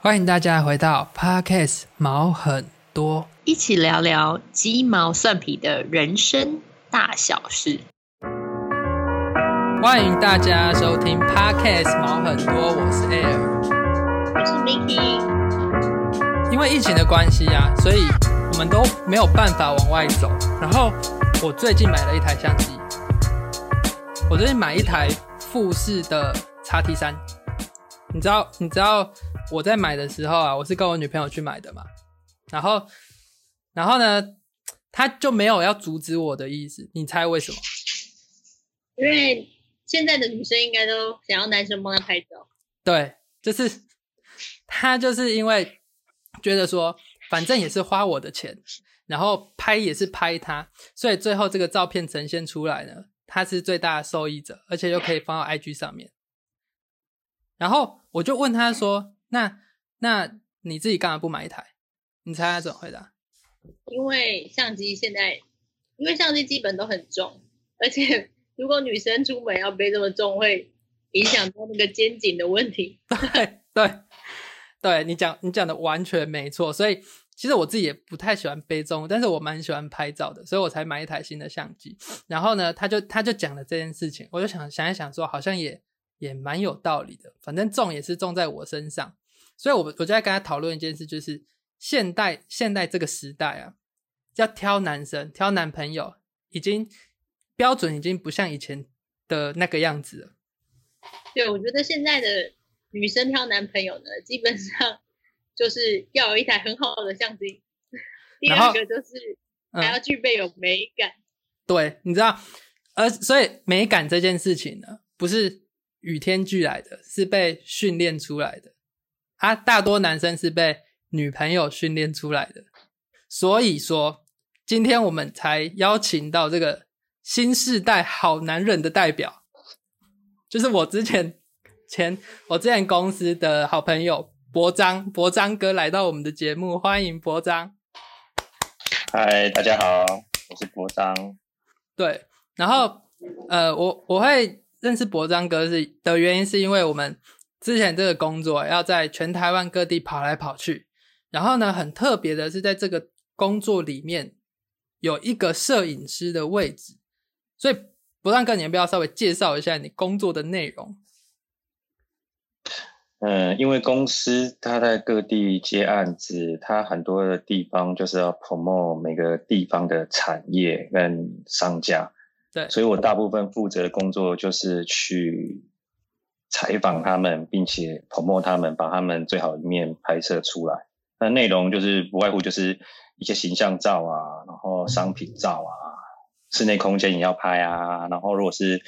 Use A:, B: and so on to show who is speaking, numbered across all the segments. A: 欢迎大家回到 Podcast 毛很多。
B: 一起聊聊鸡毛蒜皮的人生大小事。
A: 欢迎大家收听 Podcast 毛很多，我是 Air。
B: 我是 Vicky，
A: 因为疫情的关系啊，所以我们都没有办法往外走。然后我最近买了一台相机，我最近买一台富士的 x T 三。你知道，你知道我在买的时候啊，我是跟我女朋友去买的嘛。然后，然后呢，她就没有要阻止我的意思。你猜为什么？
B: 因为现在的女生应该都想要男生帮她拍照，
A: 对，就是 他就是因为觉得说，反正也是花我的钱，然后拍也是拍他，所以最后这个照片呈现出来呢，他是最大的受益者，而且又可以放到 IG 上面。然后我就问他说：“那那你自己干嘛不买一台？”你猜他怎么回答？
B: 因为相机现在，因为相机基本都很重，而且如果女生出门要背这么重，会影响到那个肩颈的问题。
A: 对对对，你讲你讲的完全没错。所以其实我自己也不太喜欢背中，但是我蛮喜欢拍照的，所以我才买一台新的相机。然后呢，他就他就讲了这件事情，我就想想一想说，好像也也蛮有道理的。反正重也是重在我身上，所以我我就在跟他讨论一件事，就是现代现代这个时代啊，要挑男生挑男朋友，已经标准已经不像以前的那个样子了。
B: 对，我觉得现在的女生挑男朋友呢，基本上就是要有一台很好的相机，第
A: 然后
B: 二个就是
A: 嗯
B: 还要具备有美感。
A: 对，你知道，呃，所以美感这件事情呢，不是与天俱来的，是被训练出来的。啊，大多男生是被女朋友训练出来的。所以说，今天我们才邀请到这个新世代好男人的代表，就是我之前前我之前公司的好朋友博章，博章哥来到我们的节目，欢迎博章。
C: 嗨，大家好，我是博章。
A: 对，然后呃，我我会认识博章哥是的原因，是因为我们之前这个工作要在全台湾各地跑来跑去，然后呢，很特别的是在这个工作里面有一个摄影师的位置，所以博章哥，你要不要稍微介绍一下你工作的内容？
C: 嗯，因为公司它在各地接案子，它很多的地方就是要 promote 每个地方的产业跟商家，
A: 对，
C: 所以我大部分负责的工作就是去采访他们，并且 promote 他们，把他们最好的一面拍摄出来。那内容就是不外乎就是一些形象照啊，然后商品照啊，室内空间也要拍啊，然后如果是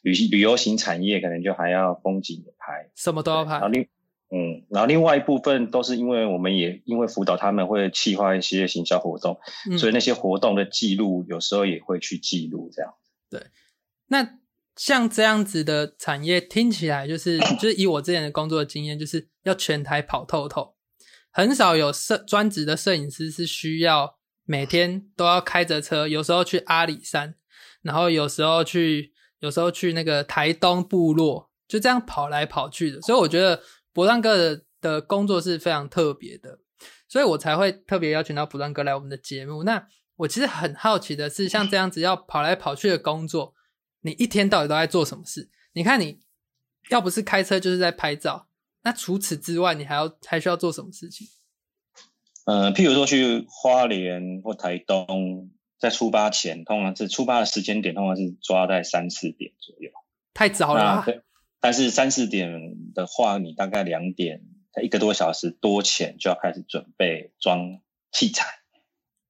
C: 旅旅游型产业，可能就还要风景也拍。
A: 什么都要拍
C: 然后，另嗯，然后另外一部分都是因为我们也因为辅导他们会企划一些行销活动，
A: 嗯
C: 所以那些活动的记录有时候也会去记录这样。
A: 那像这样子的产业，听起来就是就是以我之前的工作经验，就是要全台跑透透，很少有摄专职的摄影师是需要每天都要开着车，有时候去阿里山，然后有时候去有时候去那个台东部落，就这样跑来跑去的。所以我觉得博浪哥的的工作是非常特别的，所以我才会特别邀请到博浪哥来我们的节目。那我其实很好奇的是，像这样子要跑来跑去的工作，你一天到底都在做什么事？你看你要不是开车就是在拍照，那除此之外，你还要还需要做什么事情？
C: 呃，譬如说去花莲或台东，在出发前，通常是出发的时间点，通常是抓在三四点左右。
A: 太早了
C: 那
A: 啊、
C: 对，但是三四点的话，你大概两点，在一个多小时多前就要开始准备装器材。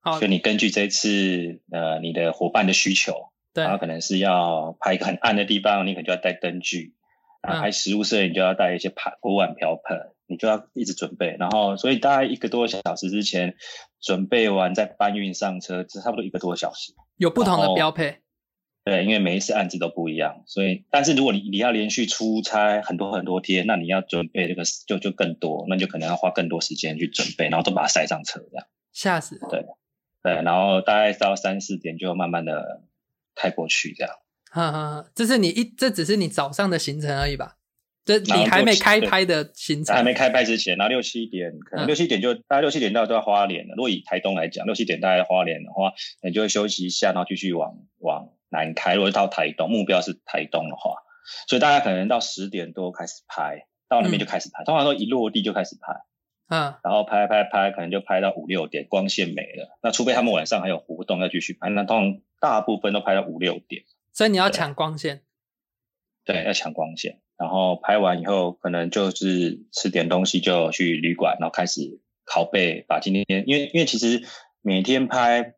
A: 好
C: 所以，你根据这次呃你的伙伴的需求，
A: 对
C: 然啊后可能是要拍一个很暗的地方，你可能就要带灯具；啊，
A: 嗯
C: 拍实物摄影就要带一些盘、锅碗瓢盆，你就要一直准备。然后，所以大概一个多小时之前准备完，再搬运上车，这差不多一个多小时。
A: 有不同的标配，
C: 对，因为每一次案子都不一样，所以但是如果你你要连续出差很多很多天，那你要准备这个就就更多，那你就可能要花更多时间去准备，然后都把它塞上车这样。
A: 吓死！
C: 对，然后大概到三四点就慢慢的开过去这样。
A: 哈哈，这是你一这只是你早上的行程而已吧？这你
C: 然后
A: 还没
C: 就
A: 开
C: 啊对
A: 拍的行程，
C: 啊还没开拍之前，然后六七点，可能
A: 嗯
C: 六七点就大概六七点到都要花莲了。如果以台东来讲，六七点大概花莲的话，你就会休息一下，然后继续往往南开。如果是到台东，目标是台东的话，所以大概可能到十点多开始拍，到那边就开始拍，通常都一落地就开始拍，
A: 嗯
C: 然后拍拍拍，可能就拍到五六点，光线没了。那除非他们晚上还有活动要继续拍，那通常大部分都拍到五六点。
A: 所以你要抢光线，
C: 对，要抢光线。然后拍完以后，可能就是吃点东西就去旅馆，然后开始拷贝，把今天因为因为其实每天拍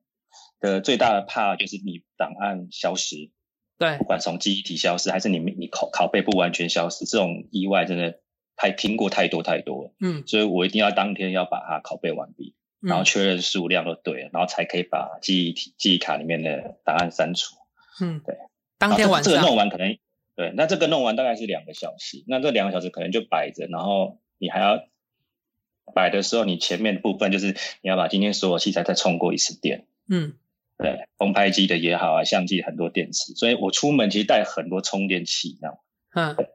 C: 的最大的怕就是你档案消失，
A: 对
C: 不，管从记忆体消失，还是你你拷拷贝不完全消失，这种意外真的太听过太多太多了。
A: 嗯，
C: 所以我一定要当天要把它拷贝完毕，然后
A: 嗯
C: 确认数量都对了，然后才可以把记忆体记忆卡里面的档案删除。
A: 嗯
C: 对，
A: 当天晚
C: 啊这个
A: 上
C: 弄完可能对，那这个弄完大概是两个小时，那这两个小时可能就摆着，然后你还要摆的时候，你前面的部分就是你要把今天所有器材再充过一次电，
A: 嗯
C: 对，空拍机的也好啊，相机很多电池，所以我出门其实带很多充电器这样。
A: 嗯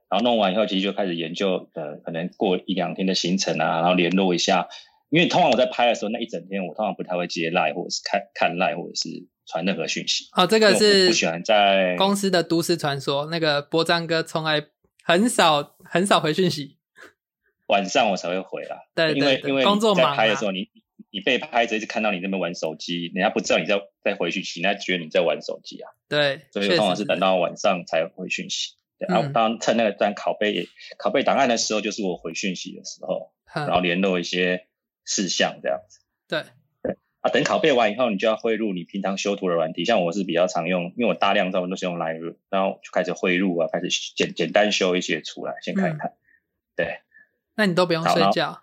C: 然后弄完以后，其实就开始研究，呃，可能过一两天的行程啊，然后联络一下。因为通常我在拍的时候，那一整天我通常不太会接赖，或者是看看赖，或者是传任何讯息。
A: 哦，这
C: 因
A: 个
C: 为我不喜
A: 是
C: 欢在
A: 公司的都市传说，那个波张哥从来很少很少回讯息，
C: 晚上我才会回啦。
A: 对
C: 因
A: 对
C: 为
A: 对
C: 因为
A: 工作
C: 你在
A: 忙啊
C: 拍的
A: 啦
C: 时候，你你被拍着一直看到你那边玩手机，人家不知道你在在回讯息，人家觉得你在玩手机啊。
A: 对，
C: 所以
A: 确
C: 通常
A: 实
C: 是等到晚上才回讯息。对啊，
A: 嗯
C: 当然趁那个段拷贝拷贝档案的时候，就是我回讯息的时候，
A: 嗯
C: 然后联络一些事项这样子。
A: 对，
C: 啊，等拷贝完以后，你就要汇入你平常修图的软体，像我是比较常用，因为我大量照片都是用 Lightroom，然后就开始汇入啊，开始简简单修一些出来，先看一看。对，
A: 那你都不用
C: 好
A: 睡
C: 然后
A: 觉，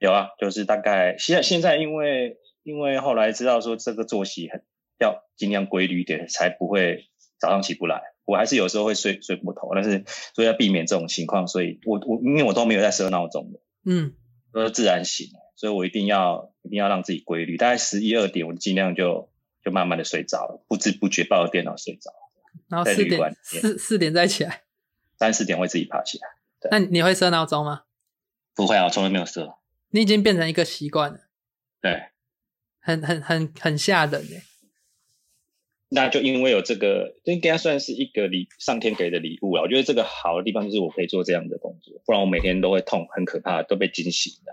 C: 有啊，就是大概现在现在因为因为后来知道说这个作息很要尽量规律一点，才不会早上起不来。我还是有时候会睡睡过头，但是所以要避免这种情况，所以我我因为我都没有在设闹钟的，
A: 嗯
C: 都是自然醒，所以我一定要一定要让自己规律，大概十一二点我尽量就就慢慢的睡着了，不知不觉抱着电脑睡着，
A: 然后
C: 在
A: 四
C: 旅馆
A: 点
C: 里
A: 四
C: 面
A: 四点再起来，
C: 三四点会自己爬起来。
A: 那你会设闹钟吗？
C: 不会啊，我从来没有设。
A: 你已经变成一个习惯了，
C: 对，
A: 很很很很吓人哎，
C: 那就因为有这个，这应该算是一个礼上天给的礼物了。啊我觉得这个好的地方就是我可以做这样的工作，不然我每天都会痛，很可怕，都被惊醒的。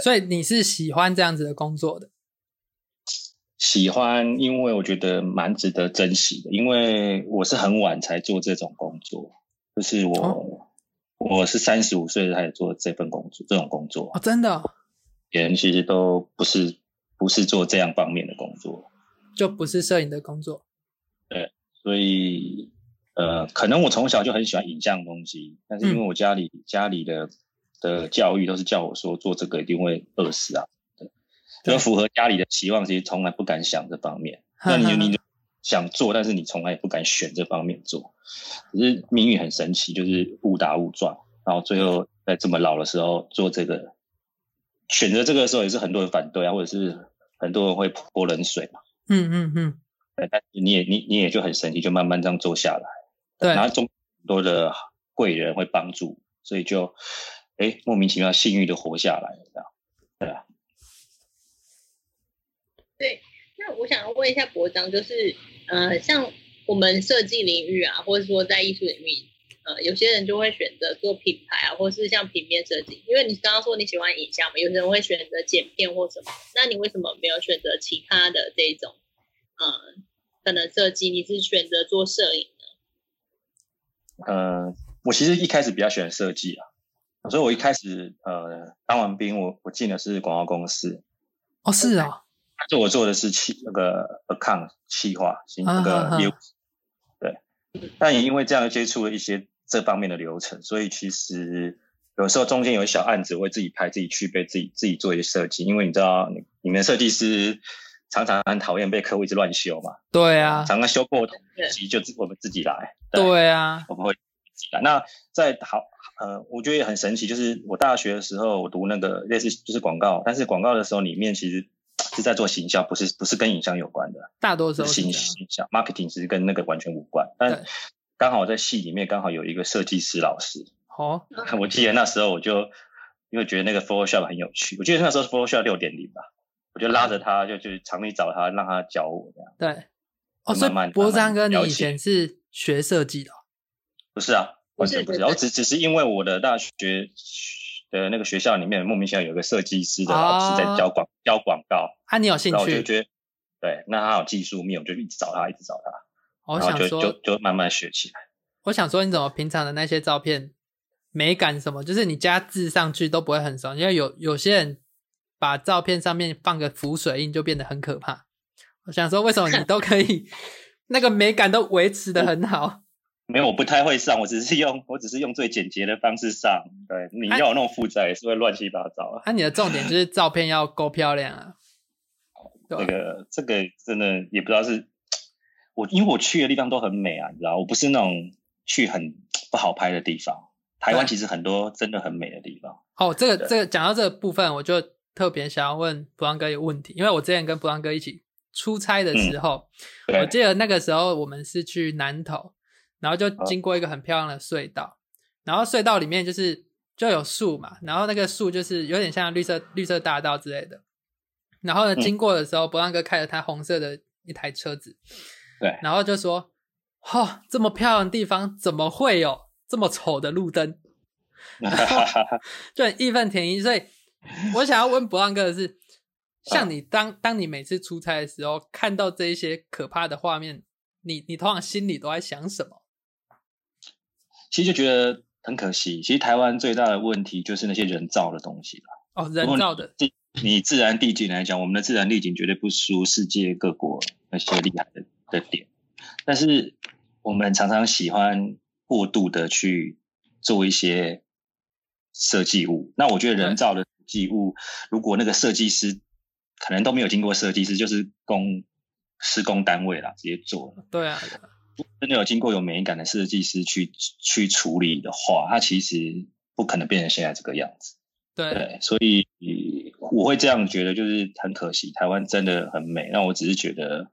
A: 所以你是喜欢这样子的工作的，
C: 喜欢，因为我觉得蛮值得珍惜的，因为我是很晚才做这种工作，就是我、我是三十五岁才做这份工作，这种工作
A: 哦，，真的哦、
C: 别人其实都不是不是做这样方面的工作。
A: 就不是摄影的工作，
C: 所以呃，可能我从小就很喜欢影像东西，但是因为我家里、家里的的教育都是叫我说做这个一定会饿死啊，对，
A: 对
C: 要符合家里的期望，其实从来不敢想这方面。那
A: 嗯
C: 你就你就想做，但是你从来也不敢选这方面做，可是命运很神奇，就是误打误撞，然后最后在这么老的时候做这个，选择这个的时候也是很多人反对啊，或者是很多人会泼冷水嘛。
A: 嗯嗯嗯，
C: 对，但是你也你你也就很神奇，就慢慢这样做下来，
A: 对
C: 然后中很多的贵人会帮助，所以就哎莫名其妙幸运的活下来了这样。
B: 那我想要问一下博章，就是呃，像我们设计领域啊，或者说在艺术领域，呃，有些人就会选择做品牌啊，或是像平面设计，因为你刚刚说你喜欢影像嘛，有些人会选择剪片或什么，那你为什么没有选择其他的这种，呃，可能设计？你是选择做摄影？
C: 呃，我其实一开始比较喜欢设计啊，所以我一开始呃当完兵，我我进的是广告公司，
A: 哦是哦，
C: 但是我做的是企那个 account 企划，行
A: 啊
C: 那
A: 啊啊
C: 个业务，对。但也因为这样接触了一些这方面的流程，所以其实有时候中间有小案子，我会自己拍、自己去背、自己自己做一些设计，因为你知道你你们设计师常常很讨厌被客户一直乱修嘛，
A: 对啊，
C: 常常修过头，
B: 对
C: 其实就自我们自己来。
A: 对啊，
C: 我们会自己来。那在好呃，我觉得也很神奇，就是我大学的时候，我读那个类似就是广告，但是广告的时候里面其实是在做行销，不是不是跟影像有关的，
A: 大多
C: 是
A: 数是这
C: 行
A: 样，
C: 行销 marketing 其实跟那个完全无关。
A: 对
C: 但刚好在系里面刚好有一个设计师老师，
A: 哦，
C: 我记得那时候我就因为觉得那个 Photoshop 很有趣，我记得那时候是 Photoshop 六点零吧，我就拉着他就去厂里找他，让他教我这样。
A: 对，哦，
C: 慢
A: 所以
C: 慢
A: 博
C: 慢慢
A: 章哥，你
C: 了
A: 以
C: 解
A: 前是学设计的哦、
C: 不是啊，
B: 不
C: 完
B: 是
C: 全不
B: 不
C: 是，
B: 是
C: 然后只只是因为我的大学的那个学校里面莫名其妙有个设计师
A: 哦
C: 的老师在教广、教广告，
A: 啊，你有兴
C: 然后我就
A: 趣？
C: 觉得对，那他有技术面，我就一直找他，一直找他，
A: 哦我
C: 然后
A: 想
C: 就就
A: 说，
C: 就慢慢学起来。
A: 我想说，你怎么平常的那些照片美感什么，就是你加字上去都不会很熟，因为有有些人把照片上面放个浮水印就变得很可怕。我想说，为什么你都可 以那个美感都维持的很
C: 嗯
A: 好？
C: 没有，我不太会上，我只是用 我只是用最简洁的方式上。对，你
A: 哎
C: 要有那种复杂也是会乱七八糟啊。
A: 啊，你的重点就是照片要够漂亮啊，对吧
C: 这个这个真的也不知道是我，因为我去的地方都很美啊，你知道，我不是那种去很不好拍的地方。台湾
A: 对
C: 其实很多真的很美的地方，
A: 哦，这个
C: 对
A: 这个讲到这个部分，我就特别想要问布朗哥一个问题，因为我之前跟布朗哥一起出差的
C: 嗯
A: 时候，我
C: 对，嗯
A: 记得那个时候我们是去南投，然后就经过一个很漂亮的隧道，然后隧道里面就是就有树嘛，然后那个树就是有点像绿色绿色大道之类的，然后呢，
C: 嗯
A: 经过的时候，布朗哥开着他红色的一台车子，
C: 对
A: 然后就说：“哦，这么漂亮的地方，怎么会有这么丑的路灯？” 就很义愤填膺。所以我想要问博浪哥的是，像你当当你每次出差的时候，看到这一些可怕的画面，你你通常心里都在想什么？
C: 其实就觉得很可惜。其实台湾最大的问题就是那些人造的东西啦
A: 哦，人造的，
C: 地你自然地景来讲，我们的自然地景绝对不输世界各国那些厉害的的点，但是我们常常喜欢过度的去做一些设计物。那我觉得人造的设计物，如果那个设计师可能都没有经过设计师，就是工施工单位啦，直接做了。
A: 对啊，对啊
C: 真的有经过有美感的设计师去去处理的话，它其实不可能变成现在这个样子。
A: 对，
C: 对，所以我会这样觉得，就是很可惜，台湾真的很美。那我只是觉得，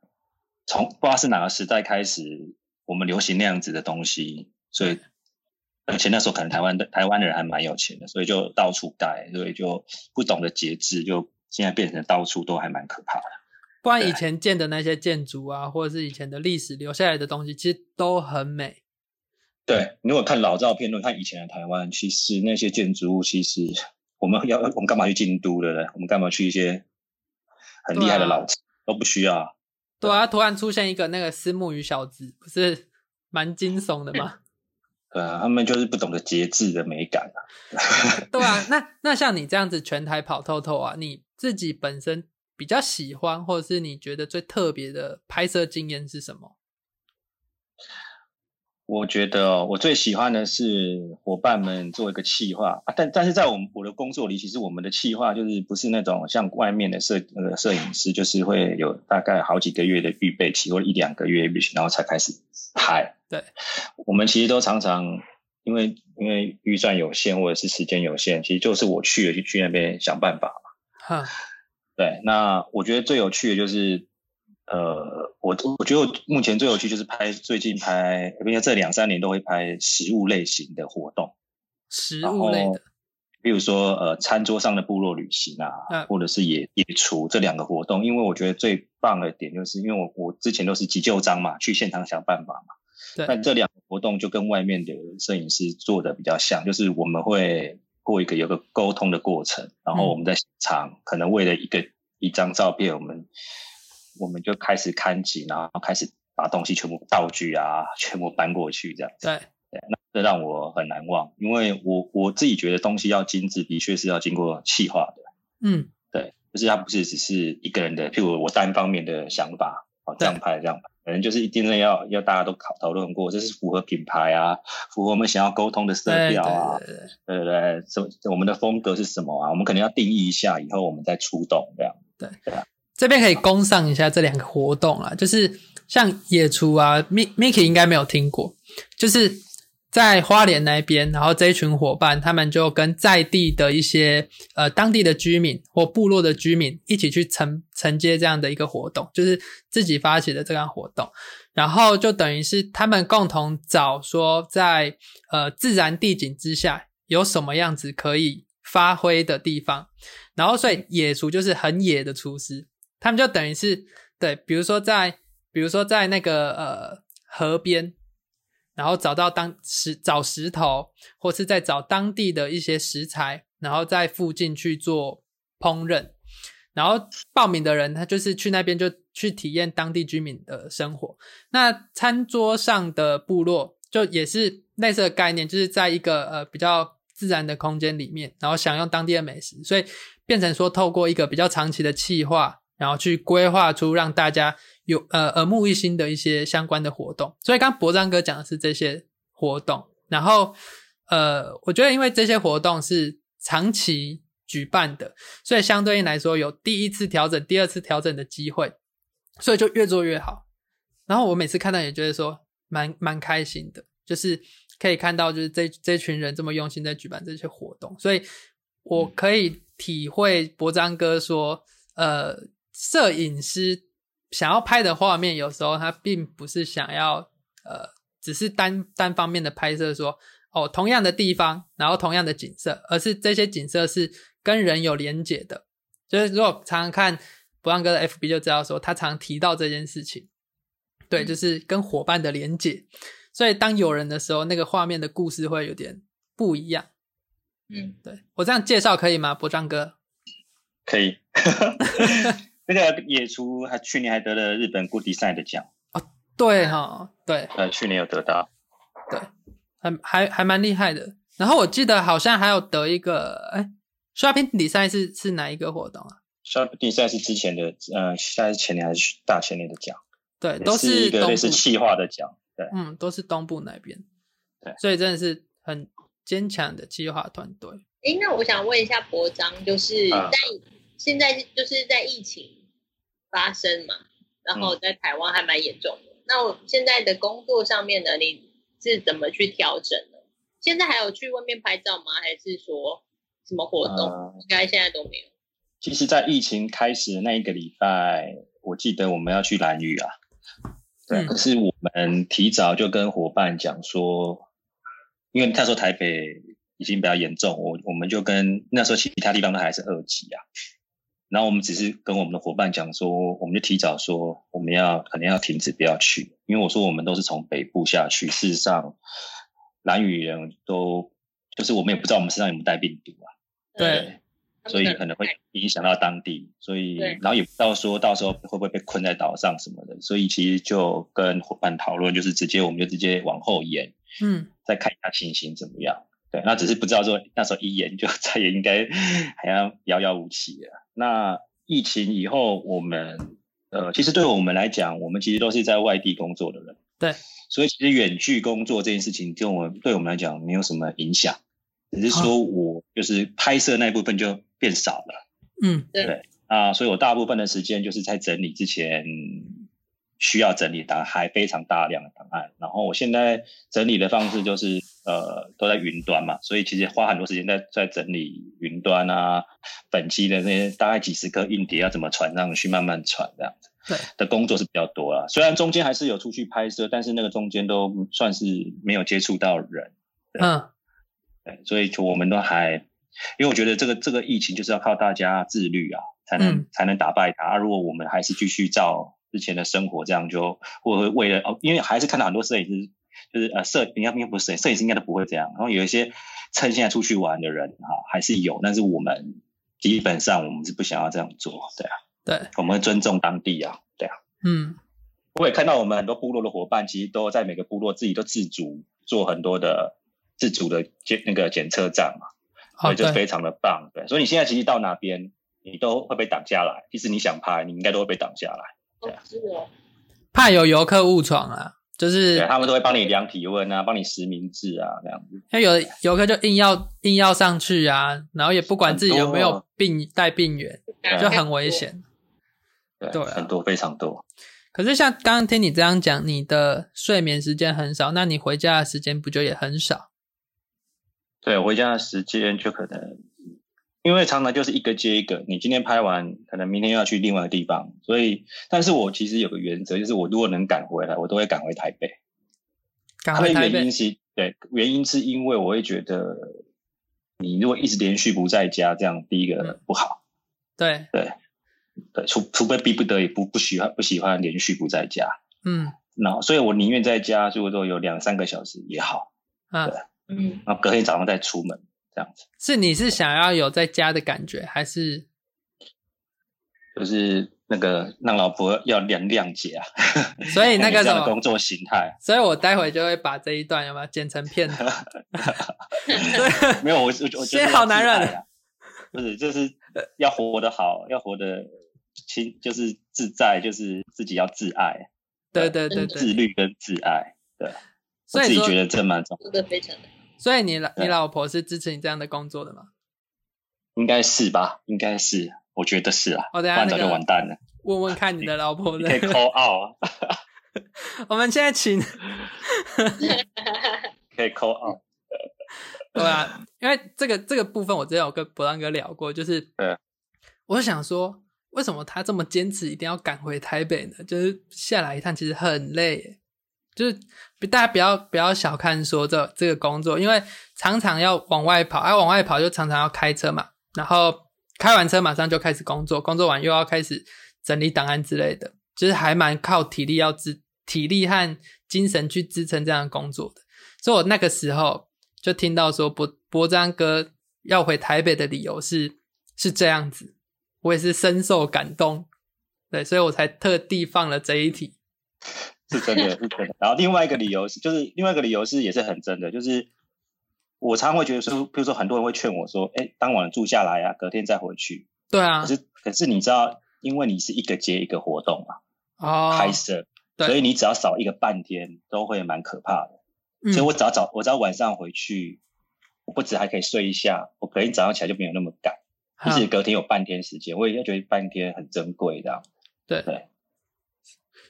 C: 从不知道是哪个时代开始，我们流行那样子的东西，所以
A: 对
C: 而且那时候可能台湾的台湾人还蛮有钱的，所以就到处盖，所以就不懂得节制，就现在变成到处都还蛮可怕的。
A: 不然以前建的那些建筑啊，或者是以前的历史留下来的东西，其实都很美。
C: 对，如果看老照片，如果看以前的台湾，其实那些建筑物，其实 我们要我们干嘛去京都的呢？我们干嘛去一些很厉害的老城、都不需要啊。
A: 对啊，突然出现一个那个私木鱼小子，不是蛮惊悚的 吗？
C: 对啊，他们就是不懂得节制的美感啊。
A: 对啊，那那像你这样子全台跑透透啊，你自己本身比较喜欢，或者是你觉得最特别的拍摄经验是什么？
C: 我觉得哦我最喜欢的是伙伴们做一个企划，啊、但但是在我们我的工作里，其实我们的企划就是不是那种像外面的摄呃摄影师，就是会有大概好几个月的预备期或者一两个月预备期，然后才开始拍。
A: 对，
C: 我们其实都常常因为因为预算有限或者是时间有限，其实就是我去了就去那边想办法
A: 哈，
C: 对，那我觉得最有趣的就是，呃，我我觉得目前最有趣就是拍最近拍，并且这两三年都会拍食物类型的活动，
A: 食物类
C: 然后
A: 的，
C: 比如说呃餐桌上的部落旅行啊，
A: 嗯
C: 或者是野野厨这两个活动，因为我觉得最棒的点就是，因为我我之前都是急救章嘛，去现场想办法嘛，那
A: 对，
C: 这两个活动就跟外面的摄影师做的比较像，就是我们会过一个有个沟通的过程，然后我们在现场、可能为了一个一张照片，我们我们就开始看景，然后开始把东西全部道具啊全部搬过去，这样
A: 对，
C: 这让我很难忘，因为我我自己觉得东西要精致，的确是要经过细化的，
A: 嗯，
C: 对，就是它不是只是一个人的，譬如我单方面的想法，哦，这样拍这样拍，可能就是一定的要要大家都考讨论过，这是符合品牌啊，符合我们想要沟通的色
A: 对对
C: 调啊，
A: 对对对
C: 对对对，什么我们的风格是什么啊？我们可能要定义一下，以后我们再出动这样。
A: 这边可以供上一下这两个活动啦，就是像野厨啊，Mi Miki 应该没有听过，就是在花莲那边，然后这一群伙伴他们就跟在地的一些呃当地的居民或部落的居民一起去承承接这样的一个活动，就是自己发起的这样活动，然后就等于是他们共同找说在呃自然地景之下有什么样子可以发挥的地方，然后所以野厨就是很野的厨师，他们就等于是对，比如说在比如说在那个呃河边。然后找到当石找石头，或是再找当地的一些食材，然后在附近去做烹饪。然后报名的人，他就是去那边就去体验当地居民的生活。那餐桌上的部落就也是类似的概念，就是在一个呃比较自然的空间里面，然后享用当地的美食，所以变成说透过一个比较长期的计划，然后去规划出让大家有呃耳目一新的一些相关的活动。所以刚博章哥讲的是这些活动，然后呃，我觉得因为这些活动是长期举办的，所以相对应来说有第一次调整、第二次调整的机会，所以就越做越好。然后我每次看到也觉得说蛮蛮开心的，就是可以看到就是这这群人这么用心在举办这些活动，所以我可以体会博章哥说，呃，摄影师想要拍的画面，有时候他并不是想要呃，只是单单方面的拍摄说。哦，同样的地方，然后同样的景色，而是这些景色是跟人有连结的。就是如果常常看博浪哥的 FB 就知道说，他常提到这件事情，
C: 嗯
A: 对，就是跟伙伴的连结。所以当有人的时候，那个画面的故事会有点不一样。
B: 嗯，
A: 对我这样介绍可以吗，博章哥？
C: 可以。 那个野厨还去年还得了日本 Good Design 的奖，
A: 对哈、对，
C: 呃，去年有得到。
A: 还还还蛮厉害的。然后我记得好像还有得一个，哎，shopping 比赛是是哪一个活动啊？
C: Sharp Design 是之前的，呃，现在是前年还是大前年的奖，
A: 对，
C: 也
A: 都
C: 是一个
A: 东
C: 类似
A: 部
C: 企划的奖。对，
A: 嗯，都是东部那边，
C: 对
A: 所以真的是很坚强的计划团队。
B: 哎，那我想问一下博章，就是
C: 啊
B: 在现在就是在疫情发生嘛，然
C: 嗯
B: 后在台湾还蛮严重的。那我现在的工作上面呢，你是怎么去调整呢？现在还有去外面拍照吗？还是说什么活动？
C: 呃，
B: 应该现在都没有。
C: 其实，在疫情开始的那一个礼拜，我记得我们要去蓝屿啊，对，
A: 嗯
C: 可是我们提早就跟伙伴讲说，因为那时候台北已经比较严重，我我们就跟那时候其他地方都还是二级啊，然后我们只是跟我们的伙伴讲说，我们就提早说我们要可能要停止不要去，因为我说我们都是从北部下去，事实上蓝屿人都就是我们也不知道我们身上有没有带病毒啊。
A: 对，
B: 嗯他们
C: 所以可能会影响到当地，所以
B: 对
C: 然后也不知道说到时候会不会被困在岛上什么的，所以其实就跟伙伴讨论，就是直接我们就直接往后延，
A: 嗯，
C: 再看一下情形怎么样。对，那只是不知道说那时候一延就 再也应该好像遥遥无期了。那疫情以后，我们呃，其实对我们来讲，我们其实都是在外地工作的人，
A: 对，
C: 所以其实远距工作这件事情，对我们对我们来讲没有什么影响，只是说我就是拍摄那一部分就变少了。
A: 嗯，
C: 啊，所以我大部分的时间就是在整理之前需要整理的档案，还非常大量的档案。然后我现在整理的方式就是呃都在云端嘛，所以其实花很多时间在在整理云端啊，本期的那些大概几十颗硬碟要怎么传上去，慢慢传这样子。
A: 对
C: 的工作是比较多啦，虽然中间还是有出去拍摄，但是那个中间都算是没有接触到人。
A: 嗯，
C: 对，所以就我们都还，因为我觉得这个这个疫情就是要靠大家自律啊，才能、
A: 嗯
C: 才能打败它、啊如果我们还是继续照之前的生活，这样就或者为了哦，因为还是看到很多摄影师，就是呃摄，应该应该不是摄影，摄影师应该都不会这样。然后有一些趁现在出去玩的人啊，还是有，但是我们基本上我们是不想要这样做，对啊，
A: 对，
C: 我们会尊重当地啊，对啊。
A: 嗯，
C: 我也看到我们很多部落的伙伴，其实都在每个部落自己都自主做很多的自主的检那个检测站嘛。
A: 哦，
C: 对，就
A: 对，
C: 非常的棒。对，所以你现在其实到哪边，你都会被挡下来。即使你想拍，你应该都会被挡下来。
B: 哦是
C: 啊
B: 哦，
A: 怕有游客误闯啊，就是
C: 对，他们都会帮你量体温啊，帮你实名制啊，那样子。
A: 因为有的游客就硬要硬要上去啊，然后也不管自己有没
C: 很多
A: 有
C: 啊
A: 病带病源，
B: 感
A: 就
B: 觉
A: 很危。险。
C: 对，
A: 对啊
C: 很多非常多。
A: 可是像刚刚听你这样讲，你的睡眠时间很少，那你回家的时间不就也很少？
C: 对，回家的时间就可能，因为常常就是一个接一个，你今天拍完，可能明天又要去另外一个地方，所以，但是我其实有个原则，就是我如果能赶回来，我都会赶回台北。
A: 赶
C: 它
A: 回
C: 的
A: 台
C: 原
A: 北
C: 因，是，对，原因是因为我会觉得，你如果一直连续不在家，这样第一
A: 嗯
C: 个不好，
A: 对，
C: 对，除除非逼不得已，不不喜欢不喜欢连续不在家，
A: 嗯
C: 然后，所以我宁愿在家，如果说有两三个小时也好，
A: 啊，
B: 嗯，
C: 然后隔天早上再出门这样子。
A: 是你是想要有在家的感觉，还 是
C: 就是那个让老婆要谅谅解啊，
A: 所以哎那个什
C: 这样的
A: 么
C: 工？作形态
A: 所以我待会就会把这一段有没有剪成片 头？
C: 没有，我是我我觉
A: 现
C: 得
A: 在好男人
C: 要自爱啊，不是就是要活 得好，要活得清，就是自在，就是自己要自爱、
A: 对对对
C: 自
A: 对，
C: 律跟自爱。我
A: 所
C: 自
A: 以
C: 己
A: 说，
C: 觉得这蛮重要，
B: 这个非常的
A: 所以你老你
C: 对
A: 老婆是支持你这样的工作的吗？
C: 应该是吧？应该是，我觉得是啊，
A: 我
C: 不
A: 哦等一下
C: 然
A: 那
C: 早就
A: 个
C: 完蛋了。
A: 问问看你的老婆
C: 你
A: 的
C: 可。以 call out，啊
A: 我们现在请
C: 可以 call out。
A: 对啊，因为这个这个部分我之前有跟博浪哥聊过，就是，
C: 对，
A: 我想说，为什么他这么坚持一定要赶回台北呢？就是下来一趟其实很累耶，就是大家不要不要小看说这这个工作，因为常常要往外跑，啊，往外跑就常常要开车嘛，然后开完车马上就开始工作，工作完又要开始整理档案之类的，就是还蛮靠体力要支体力和精神去支撑这样的工作的。所以我那个时候就听到说博博章哥要回台北的理由是是这样子，我也是深受感动，对，所以我才特地放了这一题。
C: 是真的，是真的。然后另外一个理由是，就是另外一个理由是也是很真的，就是我常会觉得说，比如说很多人会劝我说，哎，当晚住下来啊，隔天再回去。
A: 对啊
C: 可，是可是你知道，因为你是一个接一个活动嘛，
A: 哦，
C: 拍摄，
A: 对
C: 所以你只要少一个半天都会蛮可怕的。
A: 嗯
C: 所以我只要早，我只要晚上回去，我不止还可以睡一下，我隔天早上起来就没有那么赶，
A: 哈
C: 即使隔天有半天时间，我也觉得半天很珍贵这样。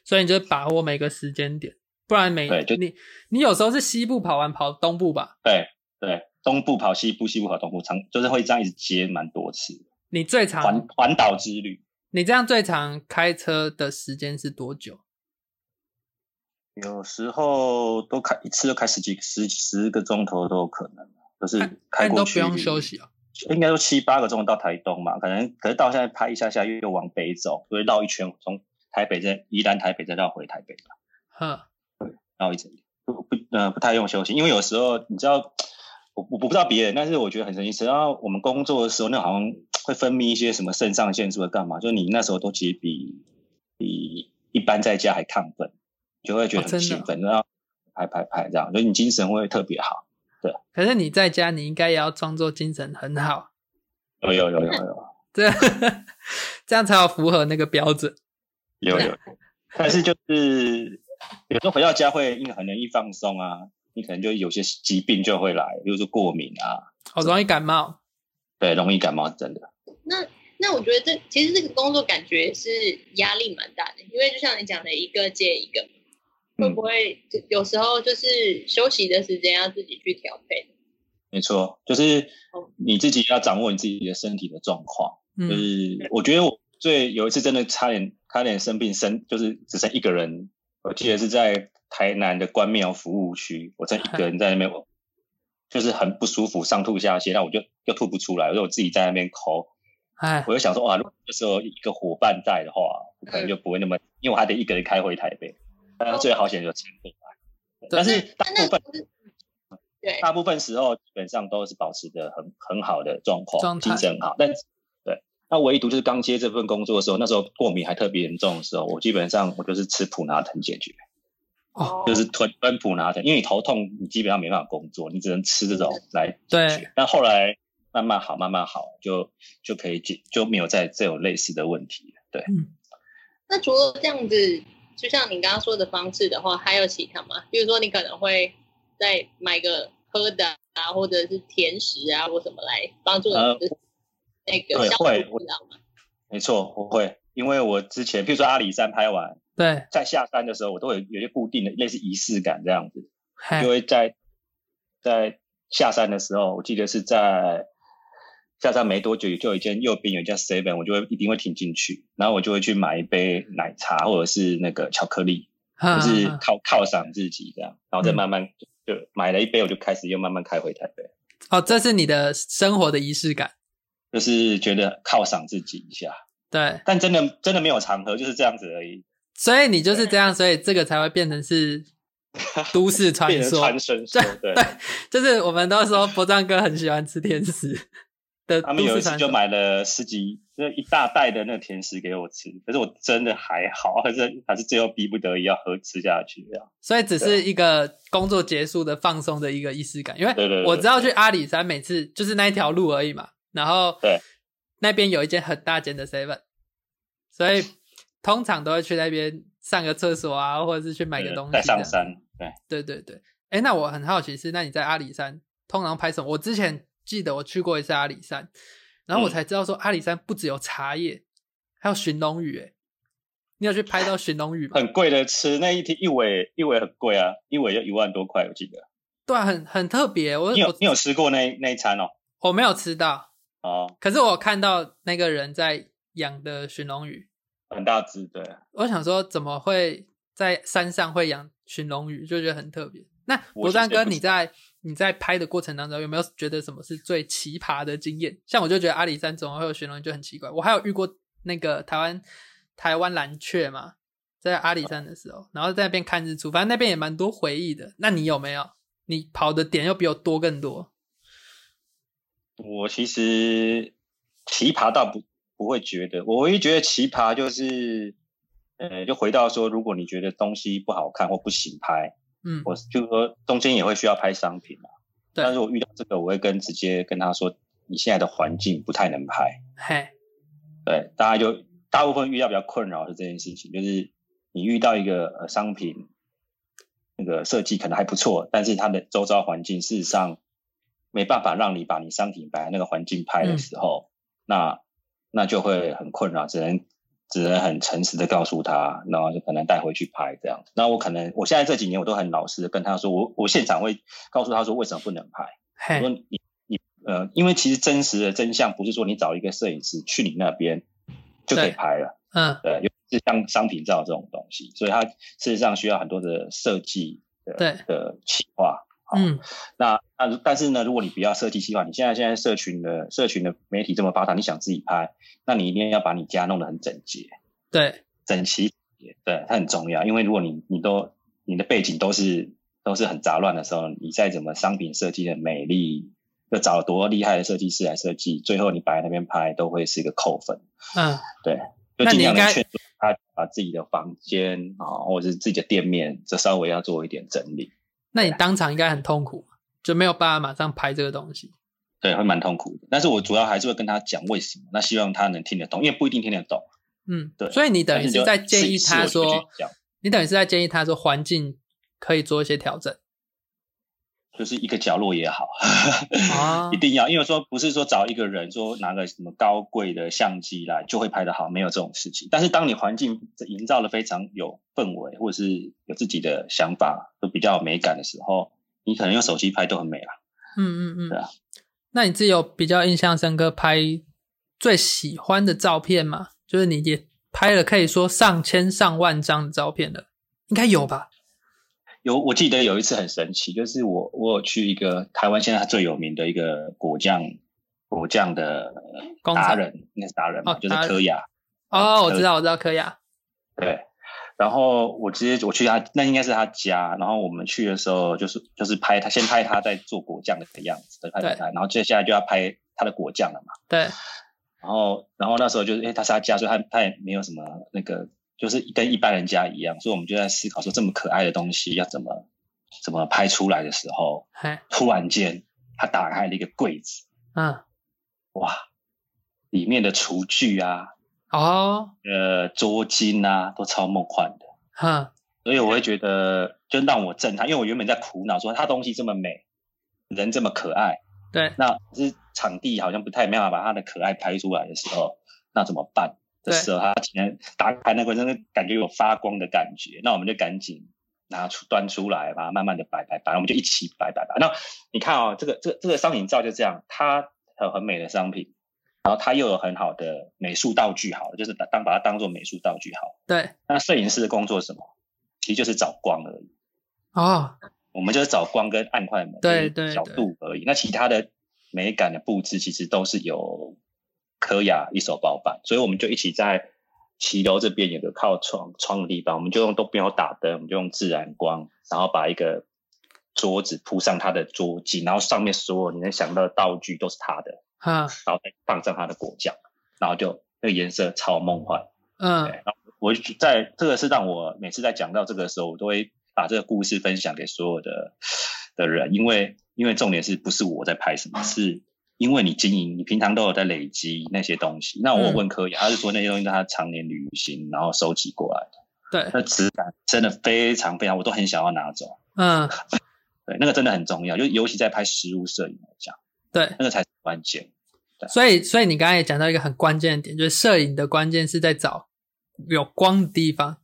A: 所以你就把握每个时间点，不然每
C: 对就
A: 你你有时候是西部跑完跑东部吧，
C: 对对，东部跑西部，西部跑东部，常就是会这样一直接蛮多次。
A: 你最长
C: 环环岛之旅，
A: 你这样最长开车的时间是多久？
C: 有时候都开一次都开十几十十个钟头都有可能，就是
A: 那
C: 开
A: 你都
C: 过
A: 不
C: 去
A: 用休，息哦。
C: 应该说七八个钟头到台东嘛，可能可是到现在拍一下下又又往北走，所以绕一圈从台北再宜兰台北再绕回台北嘛，
A: 呵，
C: 绕一整不不呃不太用休息，因为有时候你知道。我我不知道别人，但是我觉得很神奇。只要我们工作的时候，那好像会分泌一些什么肾上腺素的干嘛？就你那时候都其实比比一般在家还亢奋，就会觉
A: 哦
C: 得
A: 真
C: 很
A: 的
C: 兴奋，然后拍拍拍这样，所以你精神会特别好。
A: 可是你在家，你应该也要装作精神很好。
C: 有有有有有
A: 这这样才有符合那个标准。
C: 有有，但是就是有时候回到家会，因为很容易放松啊，你可能就有些疾病就会来，比如说过敏啊，
A: 好容易感冒，
C: 对，容易感冒，真的。
B: 那那我觉得这其实这个工作感觉是压力蛮大的，因为就像你讲的，一个接一个，
C: 嗯
B: 会不会就有时候就是休息的时间要自己去调配？
C: 没错，就是
B: 哦
C: 你自己要掌握你自己的身体的状况。就
A: 嗯，
C: 是我觉得我最有一次真的差点差点生病，生就是只剩一个人。我记得是在台南的关庙服务区，我真一个人在那边，我就是很不舒服，上吐下泻，那我就又吐不出来，我就我自己在那边抠。
A: 哎，
C: 我就想说，哇，如果这时候一个伙伴在的话，我可能就不会那么，因为我还得一个人开回台北。但是最好险有前辈来，但是大
B: 那那
C: 部分
B: 不是对，
C: 大部分时候基本上都是保持着很很好的状
A: 状
C: 况，
A: 态嗯
C: 精神很好。但对，那唯独就是刚接这份工作的时候，那时候过敏还特别严重的时候，我基本上我就是吃普拿疼解决，
A: 哦
C: 就是吞吞普拿疼，因为你头痛，你基本上没办法工作，你只能吃这种来解
A: 对
C: 决。但后来慢慢好，慢慢好，就就可以解，就没有再这种类似的问题了。对，
B: 那除了这样子，就像你刚刚说的方式的话，还有其他吗？比如说，你可能会再买个喝的啊，或者是甜食啊，或什么来帮助你
C: 呃
B: 的那
C: 对
B: 个消
C: 会
B: 除困扰吗？
C: 没错，我会，因为我之前譬如说阿里山拍完，
A: 对，
C: 在下山的时候，我都有有一些固定的类似仪式感这样子，
A: 嘿
C: 就，会在在下山的时候，我记得是在下山没多久，就有一间右边有一家 Seven，我就会一定会停进去，然后我就会去买一杯奶茶或者是那个巧克力，
A: 哈
C: 就是
A: 哈哈
C: 犒犒赏自己这样，然后再
A: 嗯
C: 慢慢就就买了一杯，我就开始又慢慢开回台北，
A: 哦，这是你的生活的仪式感，
C: 就是觉得犒赏自己一下，
A: 对，
C: 但真的真的没有场合，就是这样子而已，
A: 所以你就是这样，所以这个才会变成 是都市传
C: 变成
A: 说，
C: 传神说，对。
A: 就是我们都说博藏哥很喜欢吃甜食 的
C: 他
A: 都
C: 们有一
A: 市
C: 次
A: 传
C: 就
A: 说，
C: 买了十几，那一大袋的那个甜食给我吃，可是我真的还好，还是还是最后逼不得已要喝吃下去这样。
A: 所以只
C: 对啊
A: 是一个工作结束的放松的一个仪式感，因
C: 对对
A: 为
C: 对
A: 我知道去阿里山每次就是那一条路而已嘛，然后
C: 对
A: 那边有一间很大间的 seven，所以通常都会去那边上个厕所啊，或者是去买个
C: 对
A: 东西
C: 再
A: 这
C: 上
A: 样
C: 山，对，
A: 对对对，哎，那我很好奇是，那你在阿里山通常拍什么？我之前记得我去过一次阿里山，然后我
C: 嗯
A: 才知道说阿里山不只有茶叶，还有寻龙鱼。哎，你有去拍到寻龙鱼吗？
C: 很贵的吃，那一天一尾一尾很贵啊，一尾就一万多块，我记得。
A: 对啊，很很特别。我
C: 你有
A: 我
C: 你有吃过那那一餐哦？
A: 我没有吃到，
C: 哦，
A: 可是我看到那个人在养的寻龙鱼，
C: 很大只，对，
A: 我想说怎么会在山上会养寻龙鱼，就觉得很特别。那
C: 我
A: 博
C: 其
A: 赞
C: 实
A: 哥，
C: 也不
A: 你
C: 知
A: 在你在拍的过程当中，有没有觉得什么是最奇葩的经验？像我就觉得阿里山总会有寻龙鱼，就很奇怪。我还有遇过那个台湾台湾蓝雀嘛，在阿里山的时候，然后在那边看日出，反正那边也蛮多回忆的。那你有没有？你跑的点又比我多更多，
C: 我其实奇葩倒不不会觉得，我唯一觉得奇葩就是，呃，就回到说，如果你觉得东西不好看或不行拍，
A: 嗯，
C: 我就是说中间也会需要拍商品啊。
A: 对
C: 但是我遇到这个，我会跟直接跟他说，你现在的环境不太能拍。
A: 嘿，
C: 对，大家就大部分遇到比较困扰的这件事情，就是你遇到一个呃商品，那个设计可能还不错，但是它的周遭环境事实上没办法让你把你商品摆在那个环境拍的时候，那那就会很困扰，只能只能很诚实的告诉他，然后就可能带回去拍这样。那我可能我现在这几年我都很老实的跟他说，我我现场会告诉他说为什么不能拍。我
A: 嘿，
C: 说你你呃，因为其实真实的真相不是说你找一个摄影师去你那边就可以
A: 对
C: 拍了，
A: 嗯，
C: 对，尤其是像商品照这种东西，所以它事实上需要很多的设计的
A: 对
C: 的企划。好
A: 嗯，
C: 那那但是呢，如果你不要设计企划，你现在现在社群的社群的媒体这么发达，你想自己拍，那你一定要把你家弄得很整洁、
A: 对，
C: 整齐，对，它很重要。因为如果你你都你的背景都是都是很杂乱的时候，你再怎么商品设计的美丽，要找多厉害的设计师来设计，最后你摆在那边拍都会是一个扣分。
A: 嗯，
C: 就
A: 那
C: 尽
A: 你
C: 量
A: 应
C: 的
A: 该
C: 劝说他把自己的房间啊，或者是自己的店面，这稍微要做一点整理，
A: 那你当场应该很痛苦，就没有办法马上拍这个东西。
C: 对，会蛮痛苦的。但是我主要还是会跟他讲为什么，那希望他能听得懂，因为不一定听得懂。
A: 嗯，
C: 对
A: 所以你等
C: 但
A: 于
C: 是
A: 是
C: 就
A: 在建
C: 是
A: 议
C: 是
A: 他
C: 我就会
A: 说
C: 去讲，
A: 你等于是在建议他说环境可以做一些调整。
C: 就是一个角落也好，
A: 哦
C: 一定要，因为说不是说找一个人说拿个什么高贵的相机来就会拍得好，没有这种事情。但是当你环境营造的非常有氛围，或者是有自己的想法，都比较有美感的时候，你可能用手机拍都很美啦。
A: 嗯嗯
C: 对
A: 嗯
C: 啊。
A: 那你自己有比较印象深刻拍最喜欢的照片吗？就是你也拍了可以说上千上万张的照片了，应该有吧？
C: 有，我记得有一次很神奇，就是我我有去一个台湾现在最有名的一个果酱果酱的
A: 工
C: 达
A: 厂
C: 人，应该是达人嘛，
A: 哦
C: 就是
A: 达人
C: 科雅。
A: 哦，我
C: 可
A: 知道，我知道柯雅。
C: 对，然后我直接我去他那应该是他家，然后我们去的时候就是就是拍他先拍他在做果酱的样子，对拍
A: 对
C: 拍拍，然后接下来就要拍他的果酱了嘛。
A: 对，
C: 然后然后那时候就是因为他是他家，所以他他也没有什么那个，就是跟一般人家一样，所以我们就在思考说这么可爱的东西要怎么怎么拍出来的时候，
A: 嘿，
C: 突然间他打开了一个柜子，
A: 嗯，
C: 哇，里面的厨具啊，
A: 哦，
C: 呃，桌巾啊，都超梦幻的。
A: 哼，
C: 所以我会觉得，就让我震撼，因为我原本在苦恼说，它东西这么美，人这么可爱，
A: 对，
C: 那可是场地好像不太没办法把它的可爱拍出来的时候，那怎么办？的时候，他前打开那个真的感觉有发光的感觉，那我们就赶紧拿出端出来，把它慢慢的摆摆摆，我们就一起摆摆摆。那你看哦，这个这个这个商品照就这样，它有很美的商品，然后它又有很好的美术道具，好了，就是把当把它当做美术道具好了。
A: 对，
C: 那摄影师的工作是什么？其实就是找光而已，
A: 哦，
C: 我们就是找光跟暗快门
A: 对
C: 就是
A: 对
C: 角
A: 对
C: 度而已。那其他的美感的布置其实都是由科雅一手包办，所以我们就一起在骑楼这边有个靠窗窗的地方，我们就用都不用打灯，我们就用自然光，然后把一个桌子铺上它的桌巾，然后上面所有你能想到的道具都是它的，
A: 哈，
C: 然后再放上它的果酱，然后就那个颜色超梦幻。对，
A: 嗯，
C: 然后我就在这个是让我每次在讲到这个时候，我都会把这个故事分享给所有的的人，因为因为重点是不是我在拍什么，是因为你经营，你平常都有在累积那些东西。那我
A: 嗯
C: 问柯雅，他是说那些东西是他常年旅行然后收集过来的，
A: 对，
C: 那质感真的非常非常，我都很想要拿走。
A: 嗯，
C: 对，那个真的很重要，就尤其在拍实物摄影来讲，
A: 对，
C: 那个才是关键。
A: 所以所以你刚才也讲到一个很关键的点，就是摄影的关键是在找有光的地方。